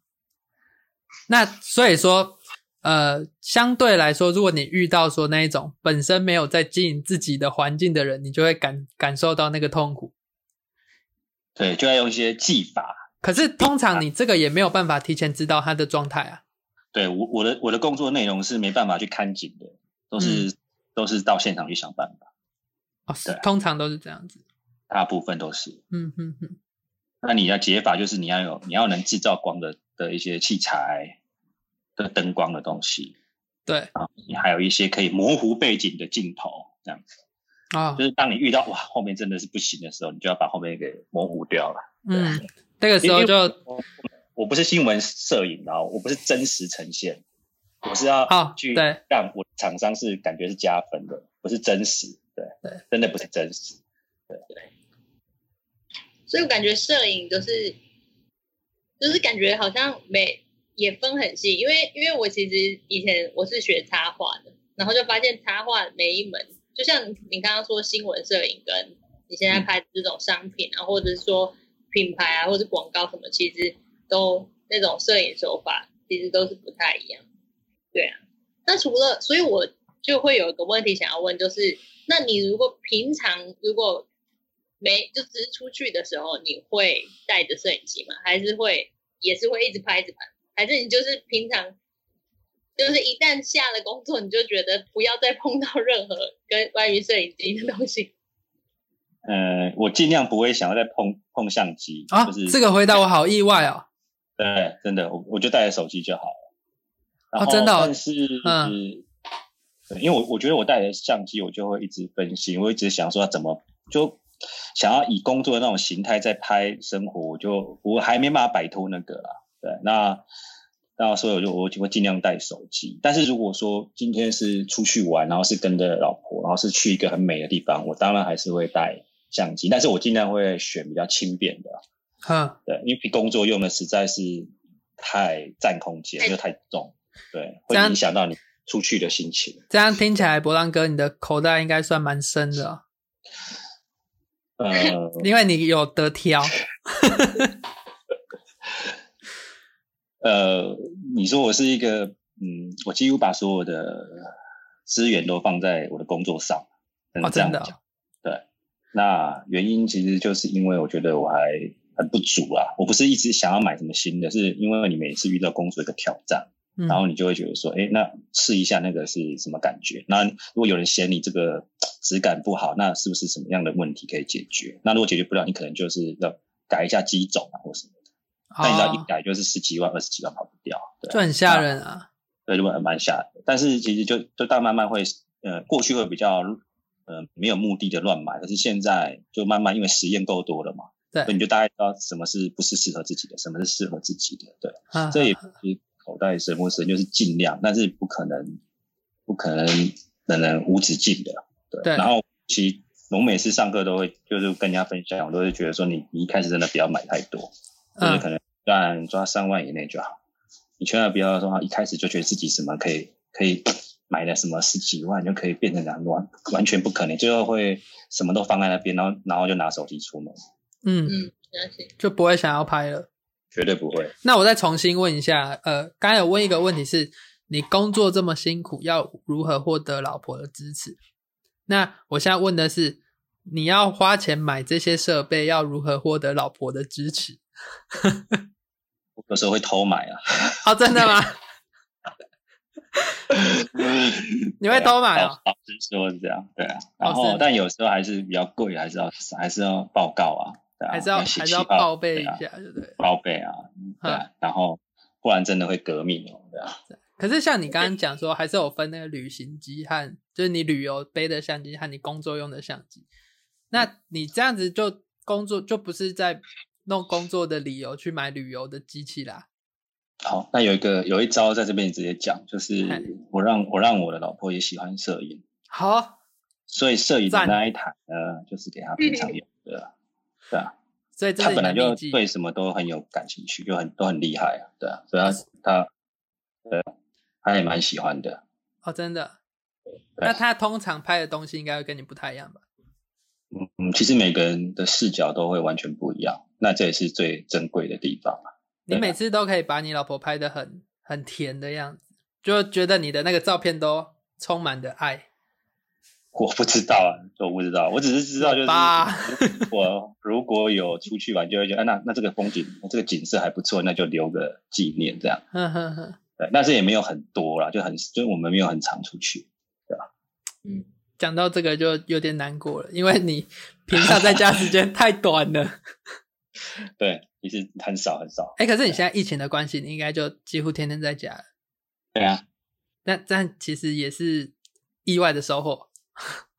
A: 那所以说，呃，相对来说，如果你遇到说那一种本身没有在经营自己的环境的人，你就会感感受到那个痛苦。
C: 对，就要用一些技法
A: 可是通常你这个也没有办法提前知道他的状态啊。
C: 对我我的我的工作内容是没办法去看景的，都是、都是到现场去想办法，
A: 哦
C: 对，啊
A: 通常都是这样子。
C: 大部分都是。
A: 嗯嗯嗯，
C: 那你的解法就是你要有你要能制造光的的一些器材的灯光的东西，
A: 对
C: 然后你还有一些可以模糊背景的镜头，这样子。
A: 哦
C: 就，是当你遇到哇后面真的是不行的时候，你就要把后面给模糊掉了。
A: 嗯，那个时候就
C: 我不是新闻摄影啊，我不是真实呈现，我是要
A: 哦
C: 去
A: 对
C: 让我厂商是感觉是加分的，不是真实，对，
A: 对
C: 真的不是真实，
B: 所以我感觉摄影就是，就是感觉好像每也分很细，因为因为我其实以前我是学插画的，然后就发现插画每一门，就像你刚刚说新闻摄影跟你现在拍这种商品啊，或者是说品牌啊，或者是广告什么，其实都那种摄影手法其实都是不太一样。对啊，那除了，所以我就会有一个问题想要问，就是那你如果平常如果没就只是出去的时候，你会带着摄影机吗？还是会也是会一直拍一直拍？还是你就是平常就是一旦下了工作，你就觉得不要再碰到任何跟关于摄影机的东西？
C: 呃，我尽量不会想要再碰碰相机，
A: 啊
C: 就是，
A: 这个回答我好意外哦。
C: 对，真的，我我就带着手机就好了。然
A: 哦
C: 后
A: 真的哦
C: 但是，
A: 嗯
C: 对因为我我觉得我带着相机，我就会一直分心，我一直想说要怎么就想要以工作的那种形态在拍生活，我就我还没办法摆脱那个啦。对，那那所以我就我就会尽量带手机。但是如果说今天是出去玩，然后是跟着老婆，然后是去一个很美的地方，我当然还是会带相机，但是我尽量会选比较轻便的啊。
A: 嗯，
C: 对，因为工作用的实在是太占空间，又太重，对，
A: 这
C: 会
A: 样
C: 影响到你出去的心情。
A: 这样听起来，博浪哥你的口袋应该算蛮深的哦、
C: 呃，
A: 因为你有得挑。
C: 呃，你说我是一个，嗯，我几乎把所有的资源都放在我的工作上，只能
A: 哦
C: 这样
A: 真的
C: 讲。
A: 哦
C: 对，那原因其实就是因为我觉得我还很不足啊，我不是一直想要买什么新的，是因为你每次遇到工作一个挑战。
A: 嗯，
C: 然后你就会觉得说，哎，那试一下那个是什么感觉？那如果有人嫌你这个质感不好，那是不是什么样的问题可以解决？那如果解决不了，你可能就是要改一下机种啊，或什么的。那你知道一
A: 哦、
C: 改就是十几万、二十几万跑不掉，对
A: 就很吓人啊。
C: 对，就蛮蛮吓的。但是其实就就到慢慢会，呃，过去会比较，呃，没有目的的乱买，可是现在就慢慢因为实验够多了嘛，所以
A: 对，
C: 你就大概知道什么是不是适合自己的，什么是适合自己的，对。啊
A: 嗯，
C: 这也不是口袋深或深，就是尽量，但是不可能，不可能，可能无止境的。对。
A: 对
C: 然后其实我每次上课都会，就是跟人家分享，我都会觉得说你，你一开始真的不要买太多，就是
A: 嗯
C: 可能赚抓三万以内就好。你千万不要说啊一开始就觉得自己什么可以可以买了什么十几万就可以变成两万，完全不可能，最后会什么都放在那边，然后然后就拿手机出门。
A: 嗯，
B: 嗯， 了解。
A: 就不会想要拍了。
C: 绝对不会。
A: 那我再重新问一下，呃，刚才有问一个问题是，你工作这么辛苦，要如何获得老婆的支持？那我现在问的是，你要花钱买这些设备，要如何获得老婆的支持？
C: 我有时候会偷买 啊，
A: 哦，真的 吗？你会偷买哦？
C: 老老实啊说是这样，对啊。
A: 哦
C: 然
A: 是
C: 后但有时候还是比较贵，还是要还是要报告啊，对啊
A: 还是要
C: 写
A: 还是要
C: 气泡
A: 报备一
C: 对啊
A: 下，嗯对不对？
C: 报备啊，对啊。然后不然真的会革命哦，对啊。
A: 可是像你刚刚讲说，还是有分那个旅行机和，就是你旅游背的相机和你工作用的相机。那你这样子就工作就不是在弄工作的理由去买旅游的机器啦。
C: 好，那有一个有一招在这边直接讲，就
A: 嗨
C: 是我让我让我的老婆也喜欢摄影，
A: 好，
C: 所以摄影的
A: 赞
C: 那一台呢，就是给她平常用的，对啊。
A: 所以这
C: 她
A: 是你
C: 本
A: 的
C: 来就
A: 秘技。
C: 对什么都很有感兴趣，又很都很厉害啊，对啊，
A: 哦
C: 所以她她呃她也蛮喜欢的，
A: 哦，真的。
C: 对
A: 那他通常拍的东西应该会跟你不太一样吧？
C: 嗯嗯，其实每个人的视角都会完全不一样，那这也是最珍贵的地方嘛。
A: 你
C: 对啊
A: 每次都可以把你老婆拍的很很甜的样子，就觉得你的那个照片都充满着爱。
C: 我不知道啊，我不知道，我只是知道就是
A: 吧
C: 我如果有出去玩，就会觉得、啊、那那这个风景，这个景色还不错，那就留个纪念这样。
A: 哼哼哼，
C: 对，但是也没有很多啦，就很就我们没有很常出去。
B: 嗯，
A: 讲到这个就有点难过了，因为你平常在家时间太短了。
C: 对，其实很少很少。
A: 哎、可是你现在疫情的关系，你应该就几乎天天在家了。
C: 对啊，
A: 那但其实也是意外的收获。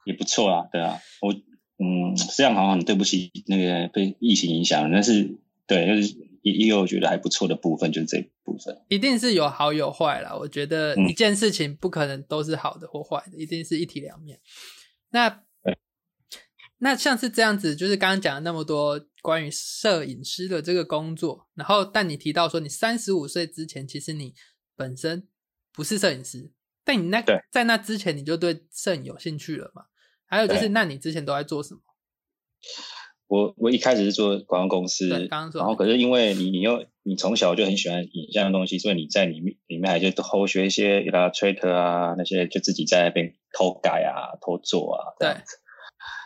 C: 也不错啦，对啊，我嗯这样好像很对不起那个被疫情影响，但是对，就是也也有觉得还不错的部分，就是这一部分。
A: 一定是有好有坏啦。我觉得
C: 嗯
A: 一件事情不可能都是好的或坏的，一定是一体两面。那
C: 对
A: 那像是这样子，就是刚刚讲了那么多关于摄影师的这个工作，然后但你提到说你三十五岁之前，其实你本身不是摄影师，但你那
C: 对
A: 在那之前你就对摄影有兴趣了嘛？还有就是，
C: 对
A: 那你之前都在做什么？
C: 我我一开始是做广告公司，
A: 对刚刚说
C: 然后可是因为你你又你从小就很喜欢影像的东西，所以你在里面里面还就偷学一些 Illustrator 啊那些，就自己在那边偷改啊、偷做啊这样子。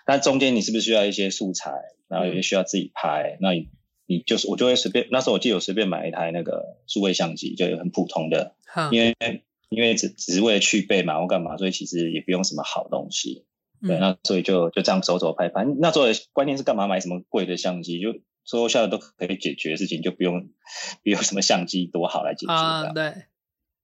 C: 那中间你是不是需要一些素材，然后有些需要自己拍？那你你就是我就会随便，那时候我记得我随便买一台那个数位相机，就很普通的，
A: 哼，
C: 因为因为只只是为了去背嘛，或干嘛，所以其实也不用什么好东西。对，
A: 嗯
C: 那所以就就这样走走拍拍。那时候的观念是干嘛买什么贵的相机？就所有下的都可以解决的事情，就不用不用什么相机多好来解决
A: 啊、
C: 的。
A: 对，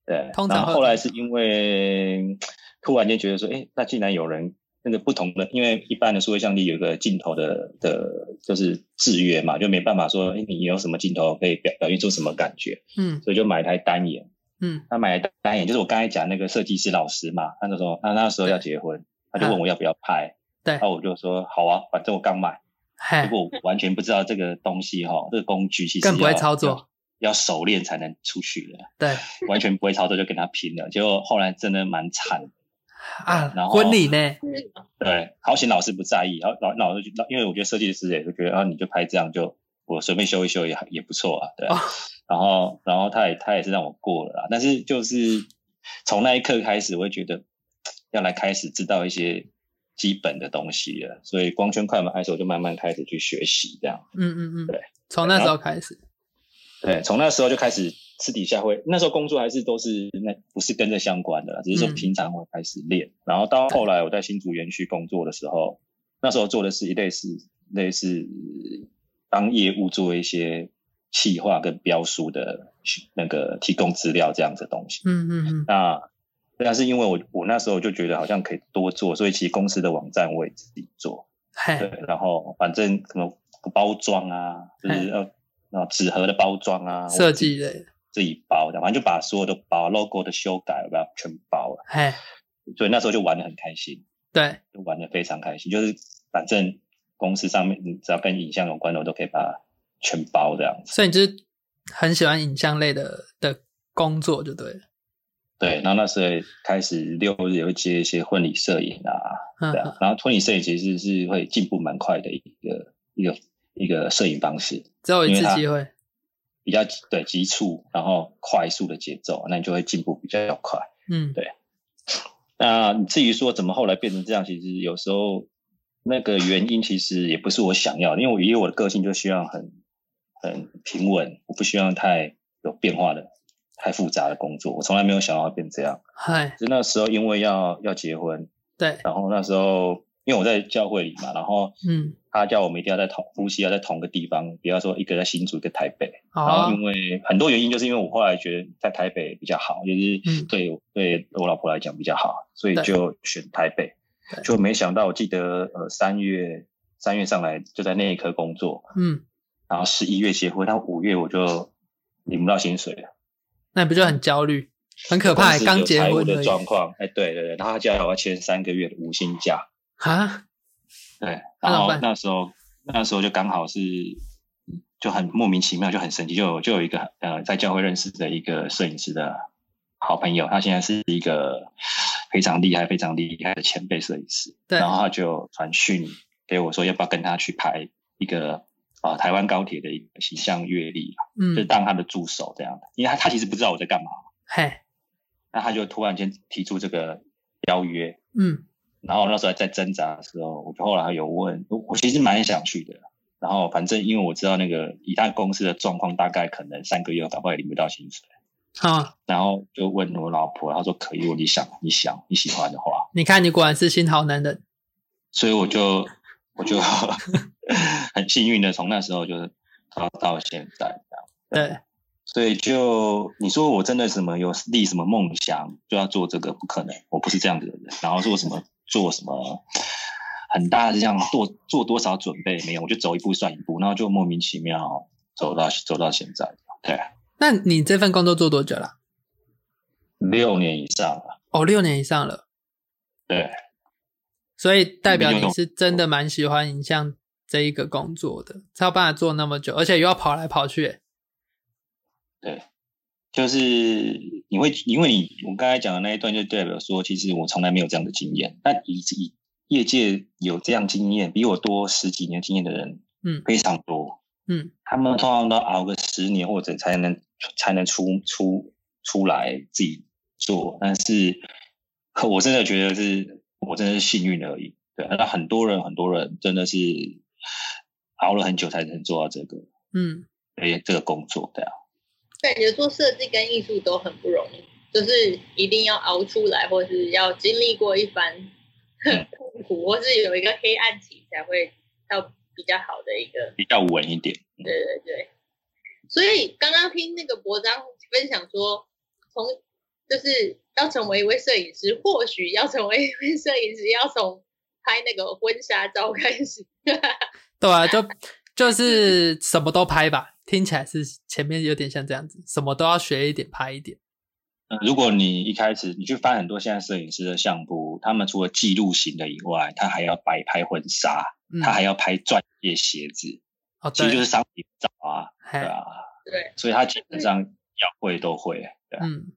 C: 对，
A: 通常
C: 然
A: 会
C: 后后来是因为突然间觉得说，哎，那既然有人那个不同的，因为一般的数位相机有个镜头的的，就是制约嘛，就没办法说，哎，你有什么镜头可以表表现出什么感觉，
A: 嗯
C: 所以就买一台单眼。
A: 嗯
C: 他买单眼就是我刚才讲那个设计师老师嘛，他那时候他那时候要结婚，他就问我要不要拍，
A: 嗯对
C: 然后我就说好啊，反正我刚买，
A: 嘿
C: 结，果我完全不知道这个东西哈，这个工具其实
A: 更不会
C: 要
A: 操作，
C: 要要熟练才能出去的，
A: 对
C: 完全不会操作就跟他拼了，结果后来真的蛮惨的，
A: 啊
C: 然，后
A: 婚礼呢？
B: 是啊
C: 对，好险老师不在意，然后老老师就因为我觉得设计师也就觉得啊，你就拍这样就我随便修一修也也不错啊，对啊
A: 哦
C: 然后然后他也他也是让我过了啦，但是就是从那一刻开始，我会觉得要来开始知道一些基本的东西了，所以光圈快门 ISO 就慢慢开始去学习这样。
A: 嗯嗯嗯，
C: 对，
A: 从那时候开始，
C: 对，从那时候就开始私底下会，那时候工作还是都是那不是跟这相关的啦，只是说
A: 嗯
C: 平常会开始练。然后到后来我在新竹园区工作的时候，那时候做的是一类似类似帮业务做一些企划跟标书的那个提供资料这样子的东西。
A: 嗯嗯嗯，
C: 那但是因为我我那时候就觉得好像可以多做，所以其实公司的网站我也自己做。对
A: 嘿，，
C: 然后反正什么包装啊，就是
A: 嗯
C: 要那种纸盒的包装啊，
A: 设计类的，
C: 自己包的，反正就把所有的包 logo 的修改，我把它全包了。
A: 嘿，
C: 所以那时候就玩的很开心，
A: 对，
C: 就玩的非常开心，就是反正公司上面你只要跟影像有关的，我都可以把它全包这样子。
A: 所以你就是很喜欢影像类的的工作，就对了，
C: 对，然后那时候也开始六日也会接一些婚礼摄影啊，
A: 嗯
C: 对啊，然后婚礼摄影其实是会进步蛮快的一个一个一个摄影方式，
A: 只有一次
C: 因为它
A: 机会。
C: 比较对急促，然后快速的节奏，那你就会进步比较快。
A: 嗯，
C: 对那至于说怎么后来变成这样，其实有时候那个原因其实也不是我想要的，因为我因为我的个性就希望很很平稳，我不希望太有变化的、太复杂的工作。我从来没有想要变这样。
A: 嗨，
C: 就那时候因为要要结婚，
A: 对，
C: 然后那时候因为我在教会里嘛，然后
A: 嗯，
C: 他叫我们一定要在同夫妻要在同个地方，比方说一个在新竹，一个台北。然
A: 好啊
C: 后，因为很多原因，就是因为我后来觉得在台北比较好，就是
A: 嗯
C: 对我、对我老婆来讲比较好，所以
A: 对
C: 就选台北
A: 对。
C: 就没想到，我记得呃三月三月上来就在内科工作，
A: 嗯，
C: 然后十一月结婚，到五月我就领不到薪水了，
A: 那你不就很焦虑，很可
C: 公
A: 怕？
C: 司
A: 刚
C: 有
A: 结
C: 财务
A: 婚而
C: 的
A: 已
C: 状况，哎，对对对，然后他叫我要签三个月的无薪假，
A: 啊，
C: 对，
A: 那怎
C: 然
A: 么
C: 后
A: 办
C: 那时候那时候就刚好是就很莫名其妙，就很神奇，就有就有一个呃在教会认识的一个摄影师的好朋友，他现在是一个非常厉害、非常厉害的前辈摄影师，
A: 对
C: 然后他就传讯给我说要不要跟他去拍一个。啊、台湾高铁的一个形象阅历，就是
A: 嗯，
C: 当他的助手这样的，因为他他其实不知道我在干嘛，
A: 嘿，
C: 那他就突然间提出这个邀约，
A: 嗯，
C: 然后那时候还在挣扎的时候，我就后来有问，我我其实蛮想去的。然后反正因为我知道那个以他公司的状况，大概可能三个月搞不好也领不到薪水。
A: 好，
C: 然后就问我老婆，她说可以，我你想你想你喜欢的话，
A: 你看你果然是新好男人，
C: 所以我就我就 很幸运的从那时候就是到到现在这样。
A: 对，
C: 所以就你说我真的什么有立什么梦想就要做这个，不可能，我不是这样子的人。然后做什么做什么很大的这样做做多少准备没有，我就走一步算一步，然后就莫名其妙走到走到现在，对，
A: 那你这份工作做多久了？
C: 六年以上了，
A: 哦，六年以上了，
C: 对
A: 所以代表
C: 嗯有
A: 你
C: 种
A: 是真的蛮喜欢影像这一个工作的，才有办法做那么久，而且又要跑来跑去、欸
C: 对，就是你会因为你我刚才讲的那一段，就代表说，其实我从来没有这样的经验。那以以业界有这样经验比我多十几年经验的人，
A: 嗯
C: 非常多，
A: 嗯，
C: 他们通常都熬个十年或者才能才能出出出来自己做，但是可我真的觉得是我真的是幸运而已。对，那很多人很多人真的是熬了很久才能做到这个，
A: 嗯，
C: 诶，这个工作对啊，
B: 感觉做设计跟艺术都很不容易，就是一定要熬出来，或是要经历过一番
C: 嗯
B: 痛苦，或是有一个黑暗期才会到比较好的一个。
C: 比较稳一点。
B: 对对对。所以刚刚听那个博章分享说，从就是要成为一位摄影师，或许要成为一位摄影师，要从拍那个婚纱照开始。
A: 对啊，就 就是什么都拍吧，听起来是前面有点像这样子，什么都要学一点，拍一点。
C: 嗯如果你一开始你去翻很多现在摄影师的相簿，他们除了记录型的以外，他还要摆拍婚纱，
A: 嗯，
C: 啊他还要拍钻戒鞋子，
A: 哦，
C: 其实就
A: 对
C: 是商品照啊，
A: 嘿
C: 对啊。
B: 对，
C: 所以他基本上要会都会。对啊
A: 嗯，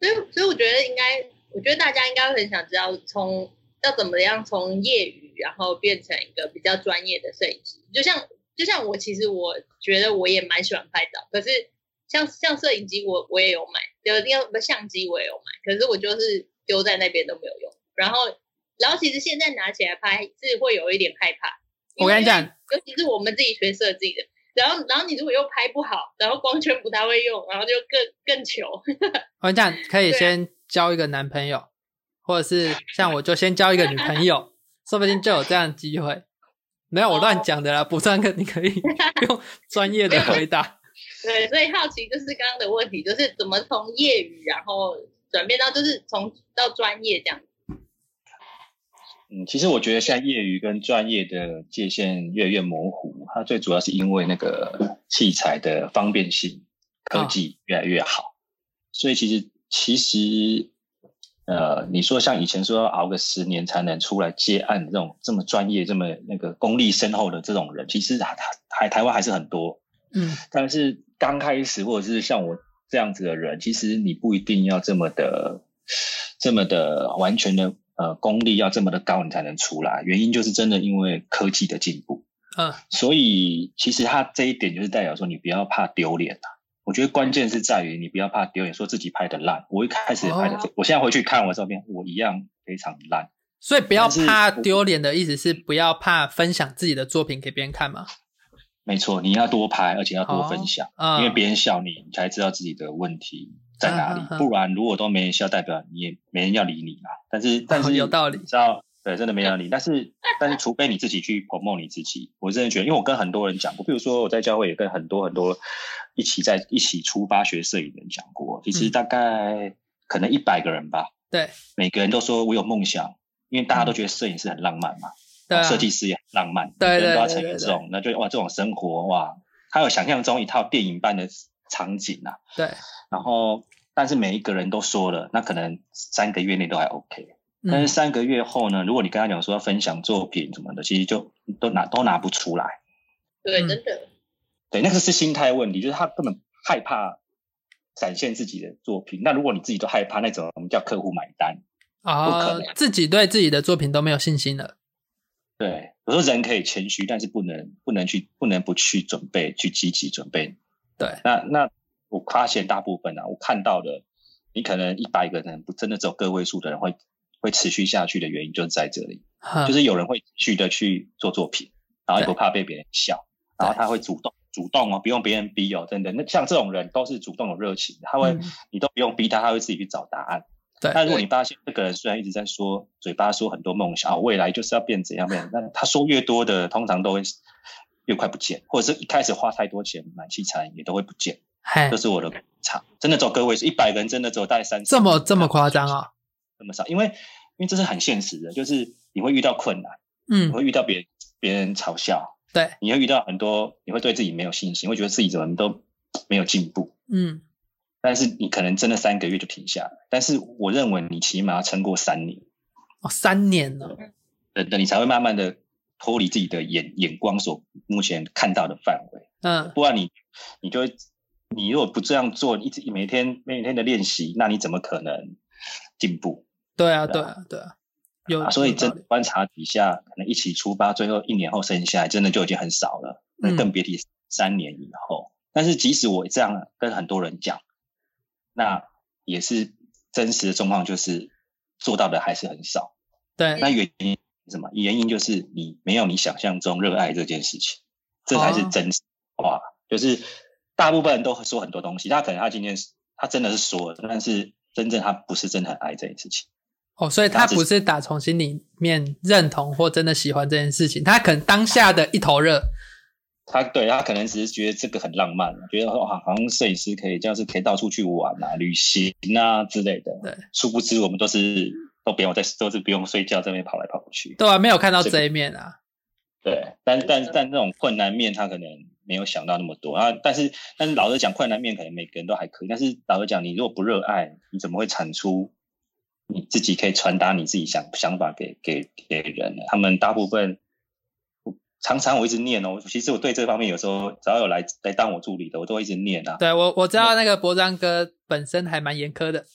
B: 所以，所以我觉得应该，我觉得大家应该会很想知道从要怎么样从业余，然后变成一个比较专业的摄影师。就像就像我，其实我觉得我也蛮喜欢拍照，可是像像摄影机我我也有买，有要不相机我也有买，可是我就是丢在那边都没有用。然后然后其实现在拿起来拍是会有一点害怕。
A: 我跟你讲，
B: 尤其是我们自己学设计的，然后然后你如果又拍不好，然后光圈不太会用，然后就更更糗。
A: 我跟你讲，可以
B: 对啊
A: 先交一个男朋友，或者是像我就先交一个女朋友，说不定就有这样的机会。没有，我乱讲的啦，补上个你可以 用专业的回
C: 哦
A: 答。
B: 对，所以好奇就是刚刚的问题，就是怎么从业余然后转变到就是从到专业这样。
C: 嗯，其实我觉得现在业余跟专业的界限越来越模糊，它最主要是因为那个器材的方便性，科技越来越好，所以其实其实呃，你说像以前说要熬个十年才能出来接案这种这么专业、这么那个功力深厚的这种人，其实还还台湾还是很多，
A: 嗯，
C: 但是刚开始或者是像我这样子的人，其实你不一定要这么的、这么的完全的呃功力要这么的高，你才能出来。原因就是真的因为科技的进步，
A: 嗯
C: 所以其实他这一点就是代表说，你不要怕丢脸啊。我觉得关键是在于你不要怕丢脸，说自己拍的烂。我一开始也拍的，
A: 哦
C: 我现在回去看我的照片，我一样非常烂。
A: 所以不要
C: 但是
A: 怕
C: 我
A: 丢脸的意思是不要怕分享自己的作品给别人看嘛？
C: 没错，你要多拍，而且要多分享，
A: 嗯，
C: 因为别人笑你，你才知道自己的问题在哪里。
A: 嗯嗯嗯
C: 不然如果都没人笑，代表你也没人要理你啦。但是但是、
A: 哦有道理
C: 你知道对，真的没人要理。但是但是，除非你自己去 promote 你自己，我真的觉得，因为我跟很多人讲过，比如说我在教会也跟很多很多一起在一起出发学摄影的人讲过，其实
A: 嗯
C: 大概可能一百个人吧，
A: 对
C: 每个人都说我有梦想，因为大家
A: 嗯
C: 都觉得摄影师很浪漫嘛。
A: 对啊，
C: 哦设计师也很浪漫，
A: 对
C: 每个人都要
A: 对
C: 成
A: 对
C: 为
A: 对
C: 这种，那就哇，这种生活哇，他有想象中一套电影般的场景啊。
A: 对，
C: 然后，但是每一个人都说了，那可能三个月内都还 OK，
A: 嗯
C: 但是三个月后呢，如果你跟他讲说要分享作品什么的，其实就都拿都拿不出来。
B: 对，
A: 嗯
B: 真的，
C: 对，那个是心态问题，就是他根本害怕展现自己的作品。那如果你自己都害怕，那种我们叫客户买单。不
A: 啊
C: 可能，
A: 自己对自己的作品都没有信心了。
C: 对，我说人可以谦虚，但是不能不能去不能不去准备，去积极准备
A: 对，
C: 那那我发现大部分啊，我看到的，你可能一百个人不真的只有个位数的人会会持续下去的原因就是在这里，
A: 就
C: 就是有人会持续的去做作品，然后也
A: 嗯对
C: 不怕被别人笑，然后他会主动主动哦，不用别人逼哦，真的，那像这种人都是主动有热情的，他会、
A: 嗯
C: 你都不用逼他，他会自己去找答案。
A: 对
C: 那如果你发现这个人虽然一直在说嘴巴说很多梦想，啊未来就是要变怎样变怎样，那他说越多的，通常都会越快不见，或者是一开始花太多钱买器材也都会不见。
A: 嘿
C: 这，是我的观察，真的走个位数，一百个人真的只有大概三
A: 这么这么夸张啊？
C: 这么少，因为因为这是很现实的，就是你会遇到困难，你
A: 嗯，
C: 会遇到别人别人嘲笑，
A: 对，
C: 你会遇到很多，你会对自己没有信心，会觉得自己怎么都没有进步。
A: 嗯，
C: 但是你可能真的三个月就停下来，但是我认为你起码要撑过三年，
A: 哦，三年了，
C: 等等你才会慢慢的脱离自己的眼眼光所目前看到的范围。
A: 嗯，
C: 不然你你就会，你如果不这样做，你一直每天每天的练习，那你怎么可能进步
A: 对啊，对啊，对啊，有，
C: 啊？所以
A: 有道
C: 这
A: 理
C: 观察底下，可能一起出发，最后一年后剩下来，真的就已经很少了，那
A: 嗯
C: 更别提三年以后。但是即使我这样跟很多人讲，那也是真实的状况，就是做到的还是很少。
A: 对，
C: 那原因是什么？原因就是你没有你想象中热爱这件事情，这才是
A: 哦
C: 真实话。就是大部分人都说很多东西，他可能他今天是他真的是说了，但是真正他不是真的很爱这件事情。
A: 哦，所以他
C: 他只
A: 不是打从心里面认同或真的喜欢这件事情，他可能当下的一头热，
C: 他对他可能只是觉得这个很浪漫，啊觉得哇，好像摄影师可以这样是可以到处去玩啊、旅行啊之类的。
A: 对，
C: 殊不知我们都是都不用在都是不用睡觉，这边跑来跑去。
A: 对啊，没有看到
C: 这个
A: 这一面啊，
C: 对，但但但这种困难面，他可能没有想到那么多啊。但是但是老实讲，困难面可能每个人都还可以，但是老实讲，你如果不热爱，你怎么会产出你自己可以传达你自己想想法给给给人呢？他们大部分。我常常我一直念哦，其实我对这方面有时候只要有来来当我助理的，我都会一直念啊。
A: 对我我知道那个博章哥本身还蛮严苛的，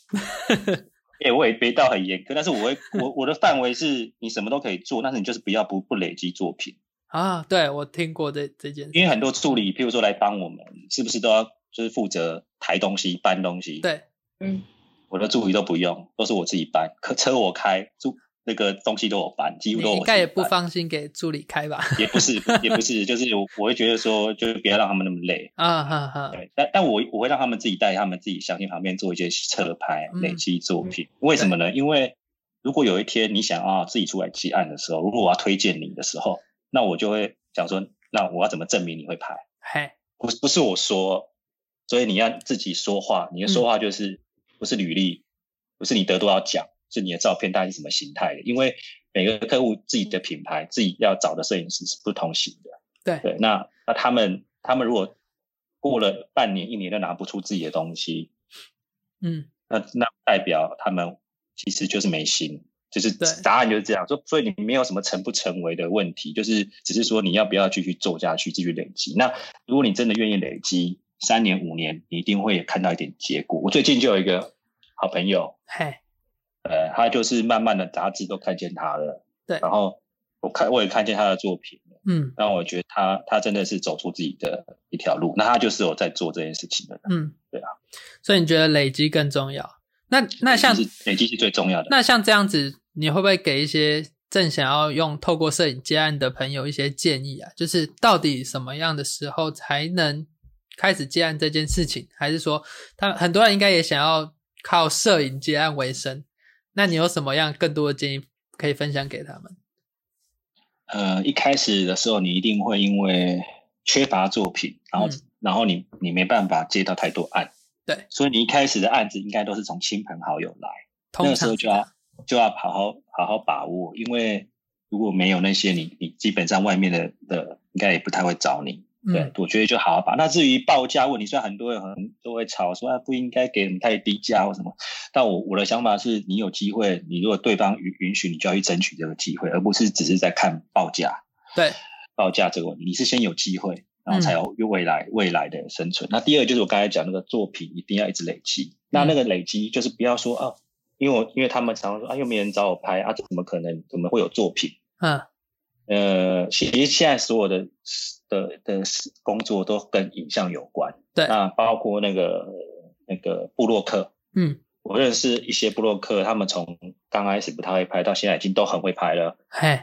C: 哎、我也没到很严苛，但是我会我我的范围是你什么都可以做，但是你就是不要不不累积作品。
A: 啊，对我听过这这件事，
C: 因为很多助理，譬如说来帮我们，是不是都要就是负责抬东西、搬东西？，
A: 对，
B: 嗯，
C: 我的助理都不用，都是我自己搬，可车我开，住那个东西都我搬，几
A: 你
C: 乎都我自己
A: 应该也不
C: 搬，
A: 放心给助理开吧？
C: 也不是，也不是，就是我我会觉得说，就是不要让他们那么累。
A: 啊哈哈，
C: 对，但但我我会让他们自己带他们自己相亲旁边做一些侧拍，
A: 嗯
C: 累积作品。为什么呢？因为如果有一天你想要自己出来接案的时候，如果我要推荐你的时候，那我就会想说，那我要怎么证明你会拍？
A: 嘿，
C: 不是不是我说，所以你要自己说话，你的说话就是、不是履历，不是你得多少奖，是你的照片大概是什么形态的，因为每个客户自己的品牌、自己要找的摄影师是不同型的。
A: 对
C: 对，那那他们他们如果过了半年、一年都拿不出自己的东西，
A: 嗯，
C: 那那代表他们其实就是没心，就是
A: 对
C: 答案就是这样。说，所以你没有什么成不成为的问题，就是只是说你要不要继续做下去，继续累积。那如果你真的愿意累积三年五年，你一定会看到一点结果。我最近就有一个好朋友，
A: 嘿，
C: 呃，他就是慢慢的杂志都看见他了，
A: 对
C: 然后我看我也看见他的作品了，
A: 嗯
C: 让我觉得他他真的是走出自己的一条路，那他就是有在做这件事情的，
A: 嗯，
C: 对啊。
A: 所以你觉得累积更重要？那那像
C: 就是累积是最重要的。
A: 那像这样子，你会不会给一些正想要用透过摄影接案的朋友一些建议啊？就是到底什么样的时候才能开始接案这件事情？还是说，他很多人应该也想要靠摄影接案为生？那你有什么样更多的建议可以分享给他们？
C: 呃，一开始的时候，你一定会因为缺乏作品，然后、
A: 嗯
C: 然后你你没办法接到太多案，
A: 对，
C: 所以你一开始的案子应该都是从亲朋好友来，那
A: 通
C: 个时候
A: 常
C: 就要就要好好好好把握，因为如果没有那些，你你基本上外面的的应该也不太会找你，对，
A: 嗯
C: 我觉得就好好把。那至于报价问题，虽然很多人很都会吵说啊不应该给你们太低价或什么，但我我的想法是你有机会，你如果对方允允许，你就要去争取这个机会，而不是只是在看报价。
A: 对，
C: 报价这个问题，你是先有机会，然后才有未来未来的生存。那第二个就是我刚才讲那个作品一定要一直累积，那那个累积就是不要说啊，因为我因为他们常常说啊又没人找我拍啊，怎么可能怎么会有作品？
A: 嗯
C: 呃，其实现在所有的的的工作都跟影像有关，
A: 对
C: 那包括那个那个布洛克，
A: 嗯，
C: 我认识一些布洛克，他们从刚开始不太会拍，到现在已经都很会拍了。
A: 嘿，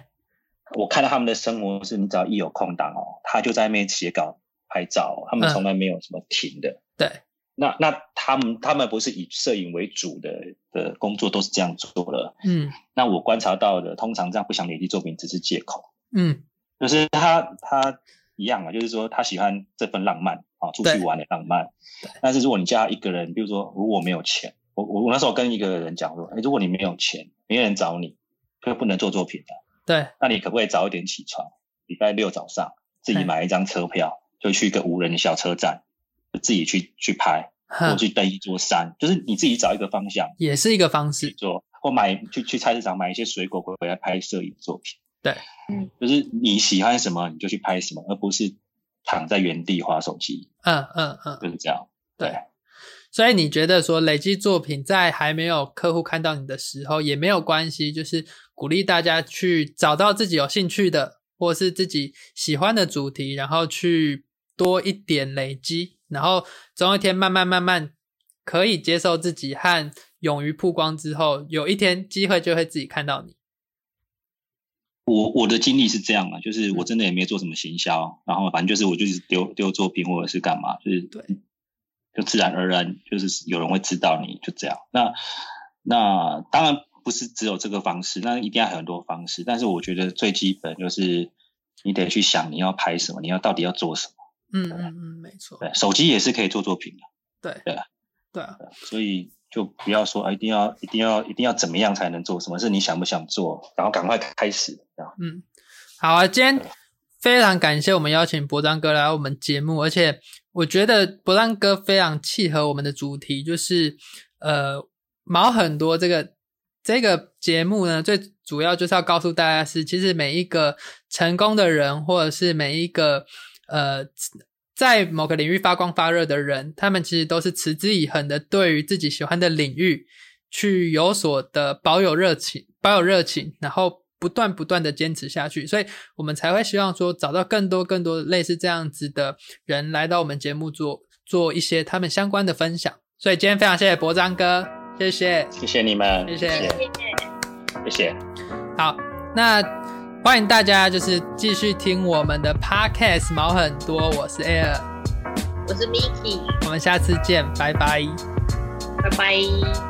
C: 我看到他们的生活是，你只要一有空档哦，他就在那边写稿、拍照，哦他
A: 嗯
C: 们从来没有什么停的。
A: 对，
C: 那那他们他们不是以摄影为主的的工作都是这样做的。
A: 嗯
C: 那我观察到的，通常这样不想累积作品只是借口，
A: 嗯
C: 就是他他一样啊，就是说他喜欢这份浪漫啊，出去
A: 对
C: 玩的浪漫
A: 对。
C: 但是如果你叫他一个人，比如说如果我没有钱，我我我那时候跟一个人讲说，哎，如果你没有钱，没人找你，就不能做作品的。
A: 对，
C: 那你可不可以早一点起床？礼拜六早上自己买一张车票，就去一个无人的小车站，就自己去去拍，或
A: 哼，
C: 去登一座山，就是你自己找一个方向
A: 也是一个方
C: 去
A: 式。
C: 做，或买去去菜市场买一些水果回回来拍摄影作品。
A: 对，
B: 嗯，
C: 就是你喜欢什么你就去拍什么，而不是躺在原地划手机，
A: 嗯嗯嗯，
C: 就是这样。
A: 对所以你觉得说累积作品在还没有客户看到你的时候也没有关系，就是鼓励大家去找到自己有兴趣的或是自己喜欢的主题，然后去多一点累积，然后总有一天慢慢慢慢可以接受自己和勇于曝光之后，有一天机会就会自己看到你。
C: 我我的经历是这样啊，就是
A: 嗯
C: 我真的也没做什么行销，然后反正就是我就是丢丢作品或者是干嘛，就是
A: 对，
C: 就自然而然就是有人会知道你就这样。那那当然不是只有这个方式，那一定要很多方式，但是我觉得最基本就是你得去想你要拍什么，你要到底要做什么。
A: 嗯嗯嗯，没错，
C: 对，手机也是可以做作品的，
A: 对
C: 对啊
A: 对啊，
C: 所以就不要说啊，一定要一定要一定要怎么样才能做什么，是你想不想做，然后赶快开始，这样。
A: 嗯，好啊，今天非常感谢我们邀请博章哥来我们节目，而且我觉得博章哥非常契合我们的主题，就是呃，毛很多这个这个节目呢，最主要就是要告诉大家是，其实每一个成功的人，或者是每一个呃。在某个领域发光发热的人，他们其实都是持之以恒的，对于自己喜欢的领域，去有所的保有热情，保有热情，然后不断不断的坚持下去，所以我们才会希望说找到更多更多类似这样子的人来到我们节目做做一些他们相关的分享。所以今天非常谢谢博章哥，谢谢。
C: 谢谢你们，
A: 谢谢
B: 谢谢。
C: 谢谢。
A: 好，那欢迎大家就是继续听我们的 podcast 毛很多，我是 Air，
B: 我是 Miki，
A: 我们下次见，拜拜。
B: 拜拜。